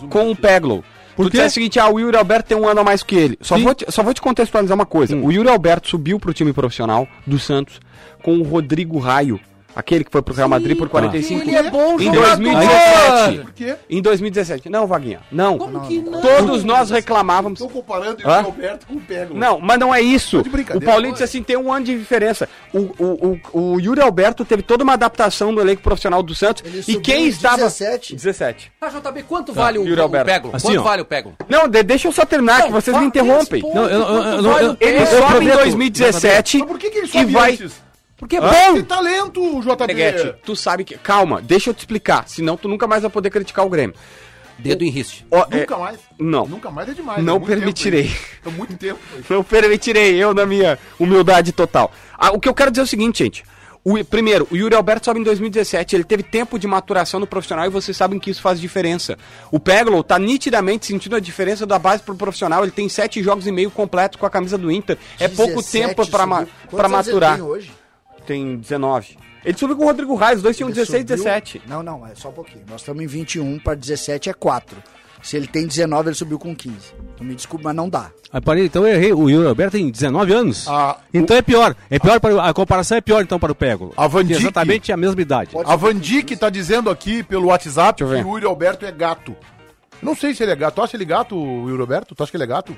Speaker 3: Com o Peglow.
Speaker 6: Por
Speaker 3: tu
Speaker 6: quê?
Speaker 3: disse o seguinte, ah, o Yuri Alberto tem um ano a mais que ele. Só,
Speaker 6: Sim. Hum.
Speaker 3: vou te, só vou te contextualizar uma coisa. O Yuri Alberto subiu pro time profissional do Santos com o Rodrigo Raio, aquele que foi pro Real Madrid por 45
Speaker 5: Ele é bom
Speaker 3: em
Speaker 5: jogador.
Speaker 3: 2017.
Speaker 2: Por quê?
Speaker 3: Em 2017. Não, Vaguinha. Não.
Speaker 5: Como que não?
Speaker 3: Todos nós reclamávamos.
Speaker 2: Estão comparando o
Speaker 3: Hã?
Speaker 2: Alberto com o Pego.
Speaker 3: Não, mas não é isso.
Speaker 2: de
Speaker 3: O
Speaker 2: brincadeira,
Speaker 3: Paulinho
Speaker 2: pode.
Speaker 3: disse assim: tem um ano de diferença. O, o, o, o Yuri Alberto teve toda uma adaptação no elenco profissional do Santos.
Speaker 4: Ele
Speaker 3: e
Speaker 4: subiu
Speaker 3: quem
Speaker 4: de
Speaker 3: estava.
Speaker 4: 17.
Speaker 3: 17.
Speaker 5: Tá, JB, quanto vale o,
Speaker 3: Yuri
Speaker 5: o
Speaker 3: Alberto.
Speaker 5: Pego?
Speaker 6: Assim,
Speaker 5: quanto
Speaker 6: ó.
Speaker 5: vale o Pego?
Speaker 3: Não, de- deixa eu só terminar, que vocês me interrompem.
Speaker 5: Não, eu, eu, eu,
Speaker 6: eu- eu-
Speaker 3: Ele
Speaker 6: eu-
Speaker 3: sobe em
Speaker 6: prometo.
Speaker 3: 2017
Speaker 2: Mas por que, que ele
Speaker 3: e
Speaker 2: sobe
Speaker 3: vai.
Speaker 2: antes?
Speaker 5: Porque é
Speaker 3: Hã?
Speaker 2: Tem talento, o JB.
Speaker 3: Meneghetti, tu sabe que. Calma, deixa eu te explicar. Senão tu nunca mais vai poder criticar o Grêmio.
Speaker 5: Dedo em riste.
Speaker 3: Ó, é-
Speaker 2: Nunca mais?
Speaker 3: Não.
Speaker 2: Nunca mais é demais.
Speaker 3: Não
Speaker 2: É muito tempo
Speaker 3: permitirei.
Speaker 2: isso. É muito tempo. isso.
Speaker 3: Eu permitirei, eu na minha humildade total. Ah, o que eu quero dizer é o seguinte, gente. O, primeiro, o Yuri Alberto sobe em 2017, ele teve tempo de maturação no profissional e vocês sabem que isso faz diferença. O Peglo tá nitidamente sentindo a diferença da base pro profissional, ele tem sete jogos e meio completos com a camisa do Inter. É pouco
Speaker 4: 17
Speaker 3: tempo pra, ma-
Speaker 4: subiu.
Speaker 3: pra
Speaker 4: Quantos anos ele
Speaker 3: maturar.
Speaker 4: tem hoje?
Speaker 3: Tem 19. Ele subiu com o Rodrigo Raio, os dois tinham
Speaker 4: Ele
Speaker 3: 16
Speaker 4: subiu-
Speaker 3: 17.
Speaker 4: Não, não, é só um pouquinho. Nós estamos em 21 para 17 é 4. Se ele tem 19, ele subiu com 15. Tu me desculpa, mas não dá.
Speaker 6: Ah, parei, então eu errei. O Yuri Alberto tem 19 anos.
Speaker 2: Ah,
Speaker 6: então é pior. É pior para, a comparação é pior então para o Pego.
Speaker 2: A Van
Speaker 6: Tem
Speaker 2: Dijk-
Speaker 6: Exatamente a mesma idade.
Speaker 2: A Vandic tá dizendo aqui pelo WhatsApp que
Speaker 3: Deixa eu ver.
Speaker 2: o Yuri Alberto é gato. Não sei se ele é gato. Tu acha ele gato, o Yuri Alberto? Tu acha que ele é gato?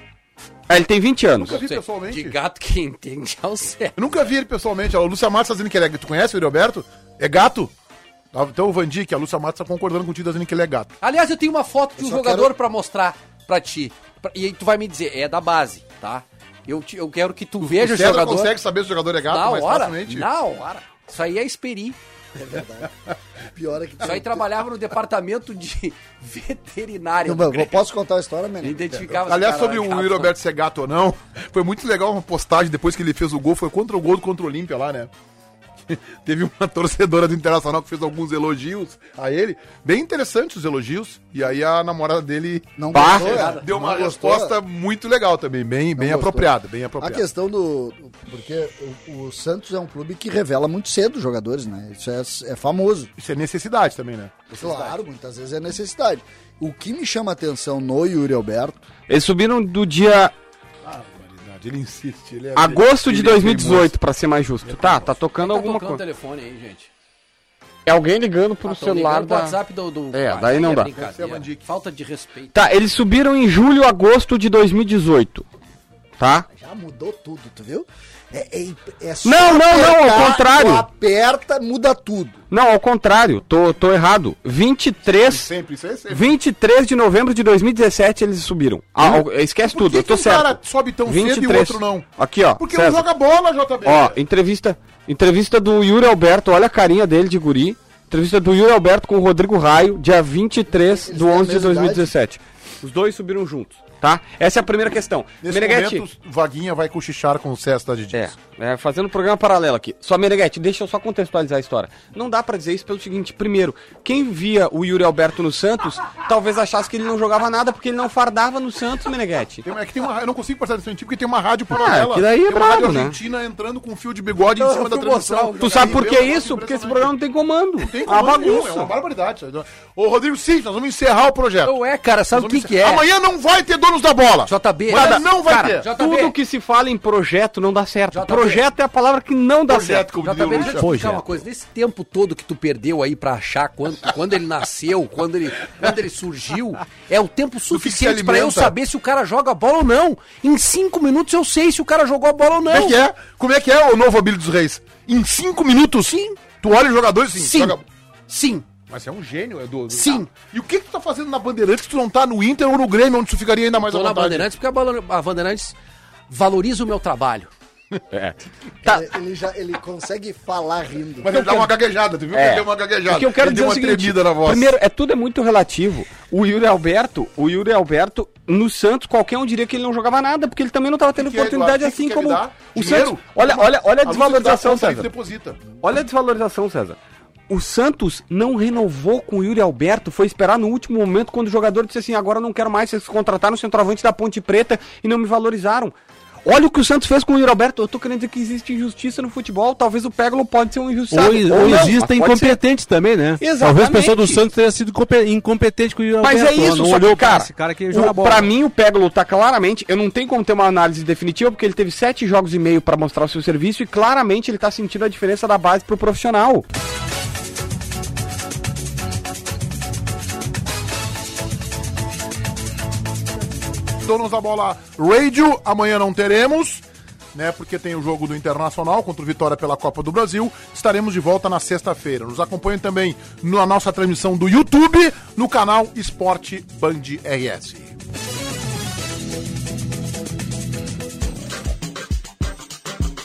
Speaker 3: Ah, ele tem 20 anos.
Speaker 2: Nunca vi
Speaker 5: De
Speaker 2: pessoalmente.
Speaker 5: gato que (laughs) entende é o certo.
Speaker 2: Eu nunca vi ele pessoalmente. A Lúcia Matos tá dizendo que ele é gato. Tu conhece o Yuri Alberto? É gato? Tá, Então o Vandic, a Lúcia Matos tá concordando contigo dizendo que ele é gato.
Speaker 5: Aliás, eu tenho uma foto de um
Speaker 4: só
Speaker 5: jogador
Speaker 4: quero-
Speaker 5: pra mostrar pra ti. Pra- E aí tu vai me dizer, é da base, tá? Eu, te- eu quero que tu veja o
Speaker 2: César
Speaker 5: jogador
Speaker 2: consegue saber se o jogador é gato
Speaker 5: na
Speaker 2: mais
Speaker 5: hora.
Speaker 2: facilmente.
Speaker 5: Na hora. Isso aí é esperi.
Speaker 4: Pior é que
Speaker 5: Isso aí trabalhava no departamento de (laughs) veterinária.
Speaker 4: Eu,
Speaker 5: do
Speaker 4: vou-
Speaker 5: Grêmio.
Speaker 4: posso contar a história,
Speaker 5: Ele
Speaker 4: Menino?
Speaker 5: identificava
Speaker 2: Aliás,
Speaker 5: os
Speaker 2: sobre
Speaker 5: caras
Speaker 2: o
Speaker 5: gatos.
Speaker 2: Yuri Alberto ser (laughs) gato ou não, foi muito legal uma postagem depois que ele fez o gol, foi contra o gol do contra o Olímpia lá, né? (laughs) teve uma torcedora do Internacional que fez alguns elogios a ele. Bem interessantes os elogios. E aí a namorada dele
Speaker 4: Não
Speaker 3: Bah,
Speaker 2: (laughs)
Speaker 4: gostou,
Speaker 2: é, deu uma
Speaker 4: não gostou.
Speaker 2: resposta muito legal também. Bem, bem
Speaker 4: gostou.
Speaker 2: apropriada, bem
Speaker 4: A
Speaker 2: apropriada.
Speaker 4: questão do. do- Porque o, o Santos é um clube que revela muito cedo os jogadores, né? Isso é, é famoso.
Speaker 2: Isso é necessidade também, né?
Speaker 4: Claro, muitas vezes é necessidade. O que me chama atenção no Yuri Alberto
Speaker 3: Eles subiram do dia
Speaker 2: Ah, Ele insiste. Ele é-
Speaker 3: agosto de
Speaker 2: ele é
Speaker 3: 2018, pra ser mais justo. Tá, tá tocando
Speaker 5: Tá
Speaker 3: alguma
Speaker 5: tocando o
Speaker 3: coisa.
Speaker 5: telefone aí, gente.
Speaker 3: É alguém ligando pro
Speaker 5: Ah, tão
Speaker 3: celular
Speaker 5: ligando
Speaker 3: da...
Speaker 5: pro WhatsApp do... do-
Speaker 3: É,
Speaker 5: Ah,
Speaker 3: daí
Speaker 5: isso
Speaker 3: não
Speaker 5: aí
Speaker 3: dá.
Speaker 5: brincadeira.
Speaker 2: Esse é mandique.
Speaker 5: Falta de respeito.
Speaker 3: Tá, eles subiram em julho, agosto de 2018. Tá?
Speaker 4: já mudou tudo, tu viu? É, é, é só
Speaker 3: Não, não, não, ao
Speaker 4: apertar,
Speaker 3: contrário.
Speaker 4: tu Aperta, muda tudo.
Speaker 3: Não, ao contrário, tô, tô errado. 23,
Speaker 2: Sempre, isso é sempre.
Speaker 3: 23 de novembro de 2017 eles subiram. Ah, ó, esquece
Speaker 2: Por
Speaker 3: tudo,
Speaker 2: que
Speaker 3: eu tô
Speaker 2: que um
Speaker 3: certo.
Speaker 2: cara sobe tão cedo e o outro não?
Speaker 3: Aqui, ó.
Speaker 2: Porque
Speaker 3: César.
Speaker 2: não joga bola, JB.
Speaker 3: Ó, entrevista, entrevista do Yuri Alberto, olha a carinha dele de guri. Entrevista do Yuri Alberto com o Rodrigo Raio, dia 23
Speaker 4: Eles
Speaker 3: do
Speaker 4: têm a
Speaker 3: 11 de
Speaker 4: mesma
Speaker 3: 2017. Os dois subiram juntos, tá? Essa é a primeira questão.
Speaker 2: Nesse
Speaker 3: Meneghete,
Speaker 2: momento, Vaguinha vai cochichar com o César da Didi.
Speaker 3: é, é, fazendo um programa paralelo aqui. Só Meneghete, deixa eu só contextualizar a história. Não dá pra dizer isso pelo seguinte, primeiro, quem via o Yuri Alberto no Santos, talvez achasse que ele não jogava nada porque ele não fardava no Santos, Meneghete.
Speaker 2: Tem- É que tem uma, eu não consigo prestar atenção em ti, porque tem uma rádio paralela.
Speaker 3: que daí é
Speaker 2: tem uma rádio
Speaker 3: brabo, né?
Speaker 2: argentina entrando com um fio de bigode em cima da transmissão.
Speaker 3: Tu sabe por que isso? Porque esse programa não tem comando.
Speaker 2: não tem
Speaker 3: é uma
Speaker 2: comando nenhum,
Speaker 3: bagunça.
Speaker 2: É uma barbaridade. sabe? Ô, Rodrigo, sim, nós vamos encerrar o projeto.
Speaker 5: Não é, cara, sabe o
Speaker 2: Nós
Speaker 5: que
Speaker 2: vamos
Speaker 5: que é?
Speaker 2: encerrar. Amanhã não vai ter donos da bola.
Speaker 5: JB,
Speaker 2: Amanhã não vai
Speaker 5: cara,
Speaker 2: ter.
Speaker 5: JB,
Speaker 3: Tudo que se fala em projeto não dá certo.
Speaker 5: JB.
Speaker 3: Projeto é a palavra que não dá
Speaker 2: Projeto,
Speaker 3: certo.
Speaker 2: como
Speaker 5: JB,
Speaker 2: diria o
Speaker 5: deixa eu te
Speaker 2: Lucha.
Speaker 5: explicar uma coisa. Nesse tempo todo que tu perdeu aí pra achar quando, quando ele nasceu, quando ele, quando ele surgiu, é o tempo suficiente pra eu
Speaker 2: alimenta.
Speaker 5: saber se o cara joga bola ou não. Em cinco minutos eu sei se o cara jogou a bola ou não.
Speaker 2: Como é que é? Como é que é o novo Abílio dos Reis? Em cinco minutos, sim. tu olha o jogador e sim,
Speaker 5: Sim.
Speaker 2: joga...
Speaker 5: Sim.
Speaker 2: Mas é um gênio, é do... do-
Speaker 5: Sim.
Speaker 2: E o que que tu tá fazendo na Bandeirantes que tu não tá no Inter ou no Grêmio, onde tu ficaria ainda mais
Speaker 5: Tô
Speaker 2: à
Speaker 5: na
Speaker 2: vontade?
Speaker 5: Bandeirantes porque a bola- a Bandeirantes valoriza o meu trabalho.
Speaker 4: Ele, É, ele já, ele consegue falar rindo.
Speaker 2: Mas ele dá uma gaguejada, tu viu?
Speaker 3: É.
Speaker 2: Ele deu uma gaguejada.
Speaker 3: O que eu quero
Speaker 2: ele deu
Speaker 3: dizer é o
Speaker 2: uma
Speaker 3: seguinte,
Speaker 2: tremida na voz.
Speaker 3: primeiro, é tudo é muito relativo. O Yuri Alberto, o Yuri Alberto no Santos, qualquer um diria que ele não jogava nada, porque ele também não estava tendo
Speaker 2: Que é,
Speaker 3: oportunidade
Speaker 2: Eduardo,
Speaker 3: assim
Speaker 2: que
Speaker 3: como
Speaker 2: quer me dar?
Speaker 3: o
Speaker 2: Dinheiro? tá
Speaker 3: Santos. Olha, olha, olha a
Speaker 2: não ser que tu dá
Speaker 3: desvalorização,
Speaker 2: conta, aí tu
Speaker 3: César.
Speaker 2: deposita.
Speaker 3: Olha a desvalorização, César. O Santos não renovou com o Yuri Alberto, foi esperar no último momento quando o jogador disse assim: agora eu não quero mais, vocês contrataram o centroavante da Ponte Preta e não me valorizaram. Olha o que o Santos fez com o Yuri Alberto. Eu tô querendo dizer que existe injustiça no futebol, talvez o Pégolo pode ser um injustiçado.
Speaker 6: Ou, ou
Speaker 3: não,
Speaker 6: exista
Speaker 3: mas pode ser.
Speaker 6: incompetente também, né?
Speaker 3: Exatamente.
Speaker 6: Talvez o pessoal do Santos tenha sido incompe- incompetente com o Yuri
Speaker 3: Mas é
Speaker 6: Alberto,
Speaker 3: isso,
Speaker 6: não
Speaker 3: só
Speaker 6: olhou
Speaker 3: que, cara,
Speaker 6: esse cara que
Speaker 3: o-
Speaker 6: joga bola.
Speaker 3: pra mim o Pégolo tá claramente, eu não tenho como ter uma análise definitiva, porque ele teve sete jogos e meio pra mostrar o seu serviço e claramente ele tá sentindo a diferença da base pro profissional.
Speaker 2: Donos da Então bola Radio, amanhã não teremos, né? Porque tem o jogo do Internacional contra o Vitória pela Copa do Brasil. Estaremos de volta na sexta-feira. Nos acompanhem também na nossa transmissão do YouTube, no canal Esporte Band RS.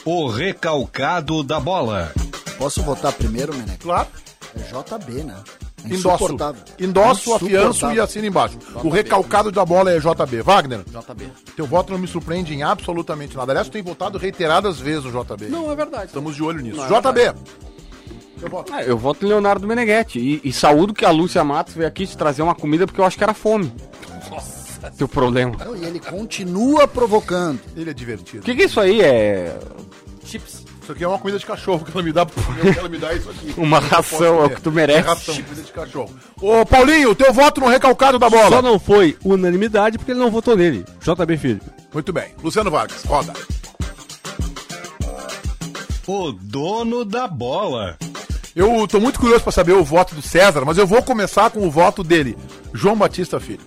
Speaker 1: O recalcado da bola.
Speaker 4: Posso votar primeiro, Meneco?
Speaker 2: Claro.
Speaker 4: É JB, né? É
Speaker 2: Endosso,
Speaker 4: insuportável.
Speaker 2: endosso afianço
Speaker 4: Insuportável.
Speaker 2: e assina embaixo. O recalcado da bola é JB. Wagner,
Speaker 5: JB.
Speaker 2: teu voto não me surpreende em absolutamente nada. Aliás, tu tem votado reiteradas vezes o JB.
Speaker 5: Não, é verdade.
Speaker 2: Estamos de olho nisso.
Speaker 5: Não, é
Speaker 2: JB,
Speaker 3: Ah, eu voto em Leonardo Meneghetti e, e saúdo que a Lúcia Matos veio aqui te trazer uma comida porque eu acho que era fome. Nossa. Teu problema.
Speaker 4: Não, e ele continua provocando.
Speaker 2: ele é divertido.
Speaker 3: O que, que isso aí é?
Speaker 5: Chips.
Speaker 2: Isso aqui é uma comida de cachorro que ela me dá pra comer, o que ela me dá é isso aqui.
Speaker 3: Uma
Speaker 2: Eu não posso
Speaker 3: ração, é o
Speaker 2: comer.
Speaker 3: que tu merece.
Speaker 2: É ração, comida de cachorro. Ô, Paulinho, teu voto no recalcado da bola.
Speaker 6: Só não foi unanimidade porque ele não votou nele. JB Filho.
Speaker 2: Muito bem. Luciano Vargas, roda.
Speaker 1: O dono da bola.
Speaker 2: Eu tô muito curioso pra saber o voto do César, mas eu vou começar com o voto dele. João Batista Filho.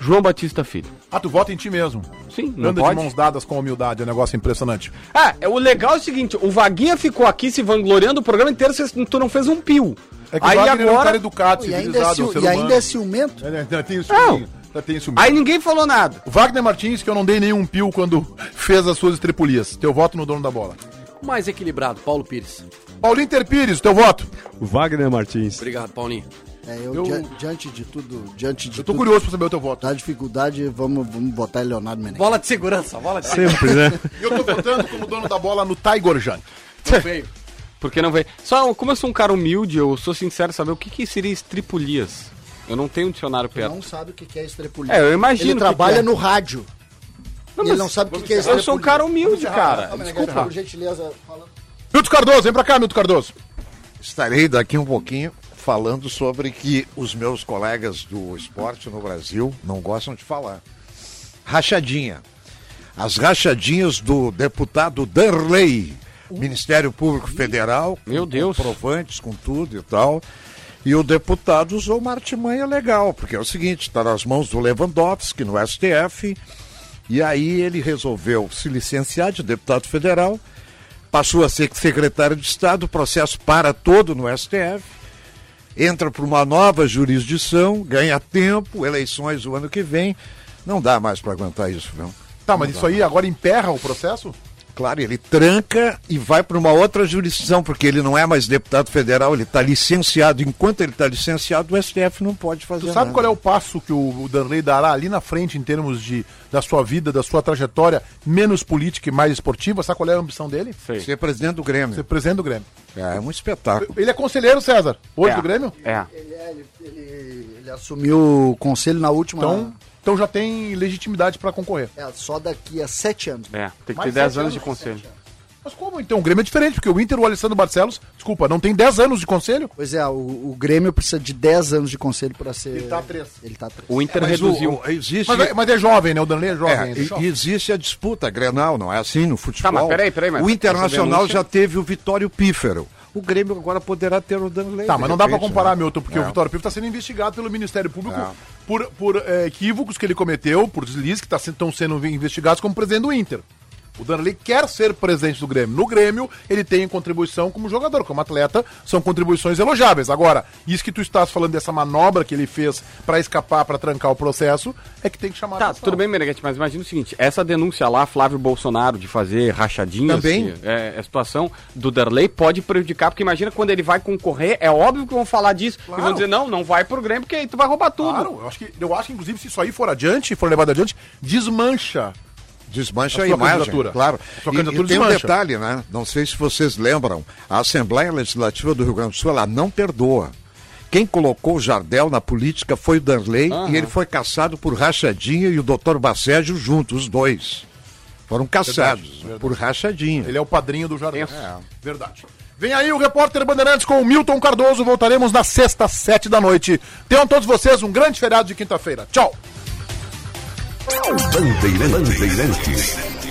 Speaker 3: João Batista Filho.
Speaker 2: Ah, tu vota em ti mesmo.
Speaker 3: Sim, não
Speaker 2: Anda
Speaker 3: pode.
Speaker 2: de mãos dadas com humildade, é um negócio impressionante.
Speaker 3: Ah, é, o legal é o seguinte, o Vaguinha ficou aqui se vangloriando o programa inteiro, cês- tu não fez um pio.
Speaker 2: É que
Speaker 3: aí
Speaker 2: o Wagner é um
Speaker 3: agora...
Speaker 2: cara educado,
Speaker 4: E ainda, é
Speaker 2: civilizado, é um
Speaker 4: ciu-
Speaker 2: ser
Speaker 4: e
Speaker 2: humano.
Speaker 4: ainda é ciumento.
Speaker 2: Ele ainda tem isso mesmo. Ainda tem isso mesmo.
Speaker 3: Aí ninguém falou nada.
Speaker 2: Wagner Martins, que eu não dei nenhum pio quando fez as suas estripulias. Teu voto no dono da bola.
Speaker 5: Mais equilibrado, Paulo Pires.
Speaker 2: Paulinho Terpires, teu voto.
Speaker 6: O Wagner Martins.
Speaker 5: Obrigado, Paulinho.
Speaker 4: É, eu,
Speaker 2: Eu-
Speaker 4: dia- diante de tudo, diante de
Speaker 2: Eu tô
Speaker 4: tudo,
Speaker 2: curioso pra saber o teu voto.
Speaker 4: da dificuldade, vamos, vamos votar em Leonardo Menezes.
Speaker 5: Bola de segurança, bola de segurança.
Speaker 6: Sempre, né?
Speaker 2: Eu tô votando como dono da bola no Tiger Junk.
Speaker 5: Feio.
Speaker 8: Porque não vem. Só, como eu sou um cara humilde, eu sou sincero saber o que, que seria estripulias. Eu não tenho um dicionário
Speaker 4: Ele
Speaker 8: perto.
Speaker 4: não sabe o que que é estrepulia.
Speaker 8: É, eu imagino
Speaker 4: Ele
Speaker 8: que
Speaker 4: trabalha
Speaker 8: que é.
Speaker 4: no rádio.
Speaker 8: Não,
Speaker 4: ele
Speaker 8: mas
Speaker 4: não sabe o que, que é
Speaker 8: Eu sou um
Speaker 4: estrepulia.
Speaker 8: cara humilde, cara.
Speaker 9: tá,
Speaker 4: Ah, mas,
Speaker 8: Desculpa.
Speaker 4: Por gentileza, fala.
Speaker 2: Milton Cardoso, vem pra cá, Milton Cardoso.
Speaker 9: Estarei daqui um pouquinho falando sobre que os meus colegas do esporte no Brasil não gostam de falar. Rachadinha. As rachadinhas do deputado Danley, Ministério Público Federal.
Speaker 8: Meu
Speaker 9: com
Speaker 8: Deus.
Speaker 9: Comprovantes com tudo e tal. E o deputado usou uma artimanha legal, porque é o seguinte, está nas mãos do Lewandowski, no STF, e aí ele resolveu se licenciar de deputado federal, passou a ser secretário de Estado, o processo para todo no STF, entra para uma nova jurisdição, ganha tempo, eleições o ano que vem. Não dá mais para aguentar isso, viu?
Speaker 2: Tá, mas isso aí agora emperra o processo?
Speaker 9: Claro, ele tranca e vai para uma outra jurisdição, porque ele não é mais deputado federal, ele está licenciado. Enquanto ele está licenciado, o STF não pode
Speaker 2: Tu
Speaker 9: fazer
Speaker 2: sabe
Speaker 9: nada.
Speaker 2: qual é o passo que o o Danley dará ali na frente em termos de, da sua vida, da sua trajetória, menos política e mais esportiva? Sabe qual é a ambição dele?
Speaker 9: Ser presidente do Grêmio.
Speaker 2: Ser presidente do Grêmio.
Speaker 9: É, é um espetáculo.
Speaker 2: Ele é conselheiro, César, hoje
Speaker 8: É.
Speaker 2: do Grêmio?
Speaker 8: É.
Speaker 4: Ele, é- ele- ele- ele assumiu o conselho na última.
Speaker 2: Então, então já tem legitimidade pra concorrer.
Speaker 4: É, só daqui a sete anos.
Speaker 8: É, tem que ter
Speaker 2: Mais
Speaker 8: 10
Speaker 2: sete
Speaker 8: anos de
Speaker 2: anos,
Speaker 8: conselho.
Speaker 2: Mas como então? O Grêmio é diferente, porque o Inter, o Alessandro Barcelos, desculpa, não tem 10 anos de conselho?
Speaker 4: Pois é, o, o Grêmio precisa de 10 anos de conselho para ser. Ele
Speaker 2: tá a três.
Speaker 4: Ele tá a três.
Speaker 8: O Inter
Speaker 9: é, Mas o-
Speaker 8: reduziu.
Speaker 9: o- existe,
Speaker 2: Mas, é- mas é jovem, né? O Danley é jovem.
Speaker 9: é,
Speaker 2: ainda.
Speaker 9: e- existe a disputa Grenal, não é assim no futebol.
Speaker 8: Tá, mas peraí, peraí, mas
Speaker 9: o Internacional
Speaker 8: essa denúncia-
Speaker 9: já teve o Vitório Pífero. O Grêmio agora poderá ter o Danley.
Speaker 2: Tá, mas não dá pra
Speaker 9: para
Speaker 2: comparar, Milton, porque o Vitório Pivo está sendo investigado pelo Ministério Público
Speaker 9: Não.
Speaker 2: por, por eh, equívocos que ele cometeu, por deslizes que estão sendo investigados como presidente do Inter. O Danley quer ser presidente do Grêmio. No Grêmio, ele tem contribuição como jogador, como atleta, são contribuições elogiáveis. Agora, isso que tu estás falando dessa manobra que ele fez pra escapar, pra trancar o processo, é que tem que chamar a
Speaker 8: Tá,
Speaker 2: atenção.
Speaker 8: tudo bem, Meneghete, mas imagina o seguinte: essa denúncia lá, Flávio Bolsonaro, de fazer rachadinhas,
Speaker 9: Também.
Speaker 8: que é, a situação do Darley pode prejudicar, porque imagina quando ele vai concorrer, é óbvio que vão falar disso e vão dizer: não, não vai pro Grêmio, porque aí tu vai roubar tudo.
Speaker 2: Claro, eu acho, que, eu acho que, inclusive, se isso aí for adiante, for levado adiante, desmancha
Speaker 9: Desmancha
Speaker 2: A
Speaker 9: a,
Speaker 2: sua
Speaker 9: imagem,
Speaker 2: candidatura.
Speaker 9: claro.
Speaker 2: A sua
Speaker 9: E-
Speaker 2: candidatura
Speaker 9: e, tem um
Speaker 2: desmancha.
Speaker 9: detalhe, né? Não sei se vocês lembram, a Assembleia Legislativa do Rio Grande do Sul, ela não perdoa. Quem colocou o Jardel na política foi o Danley e ele foi caçado por Rachadinha e o Dr. Bacégio juntos, os dois. Foram caçados por Rachadinha.
Speaker 2: Ele é o padrinho do Jardim. É. Verdade. Vem aí o repórter Bandeirantes com o Milton Cardoso. Voltaremos na sexta, sete da noite. Tenham todos vocês um grande feriado de quinta-feira. Tchau.
Speaker 1: Bandeirantes. Bandeirantes.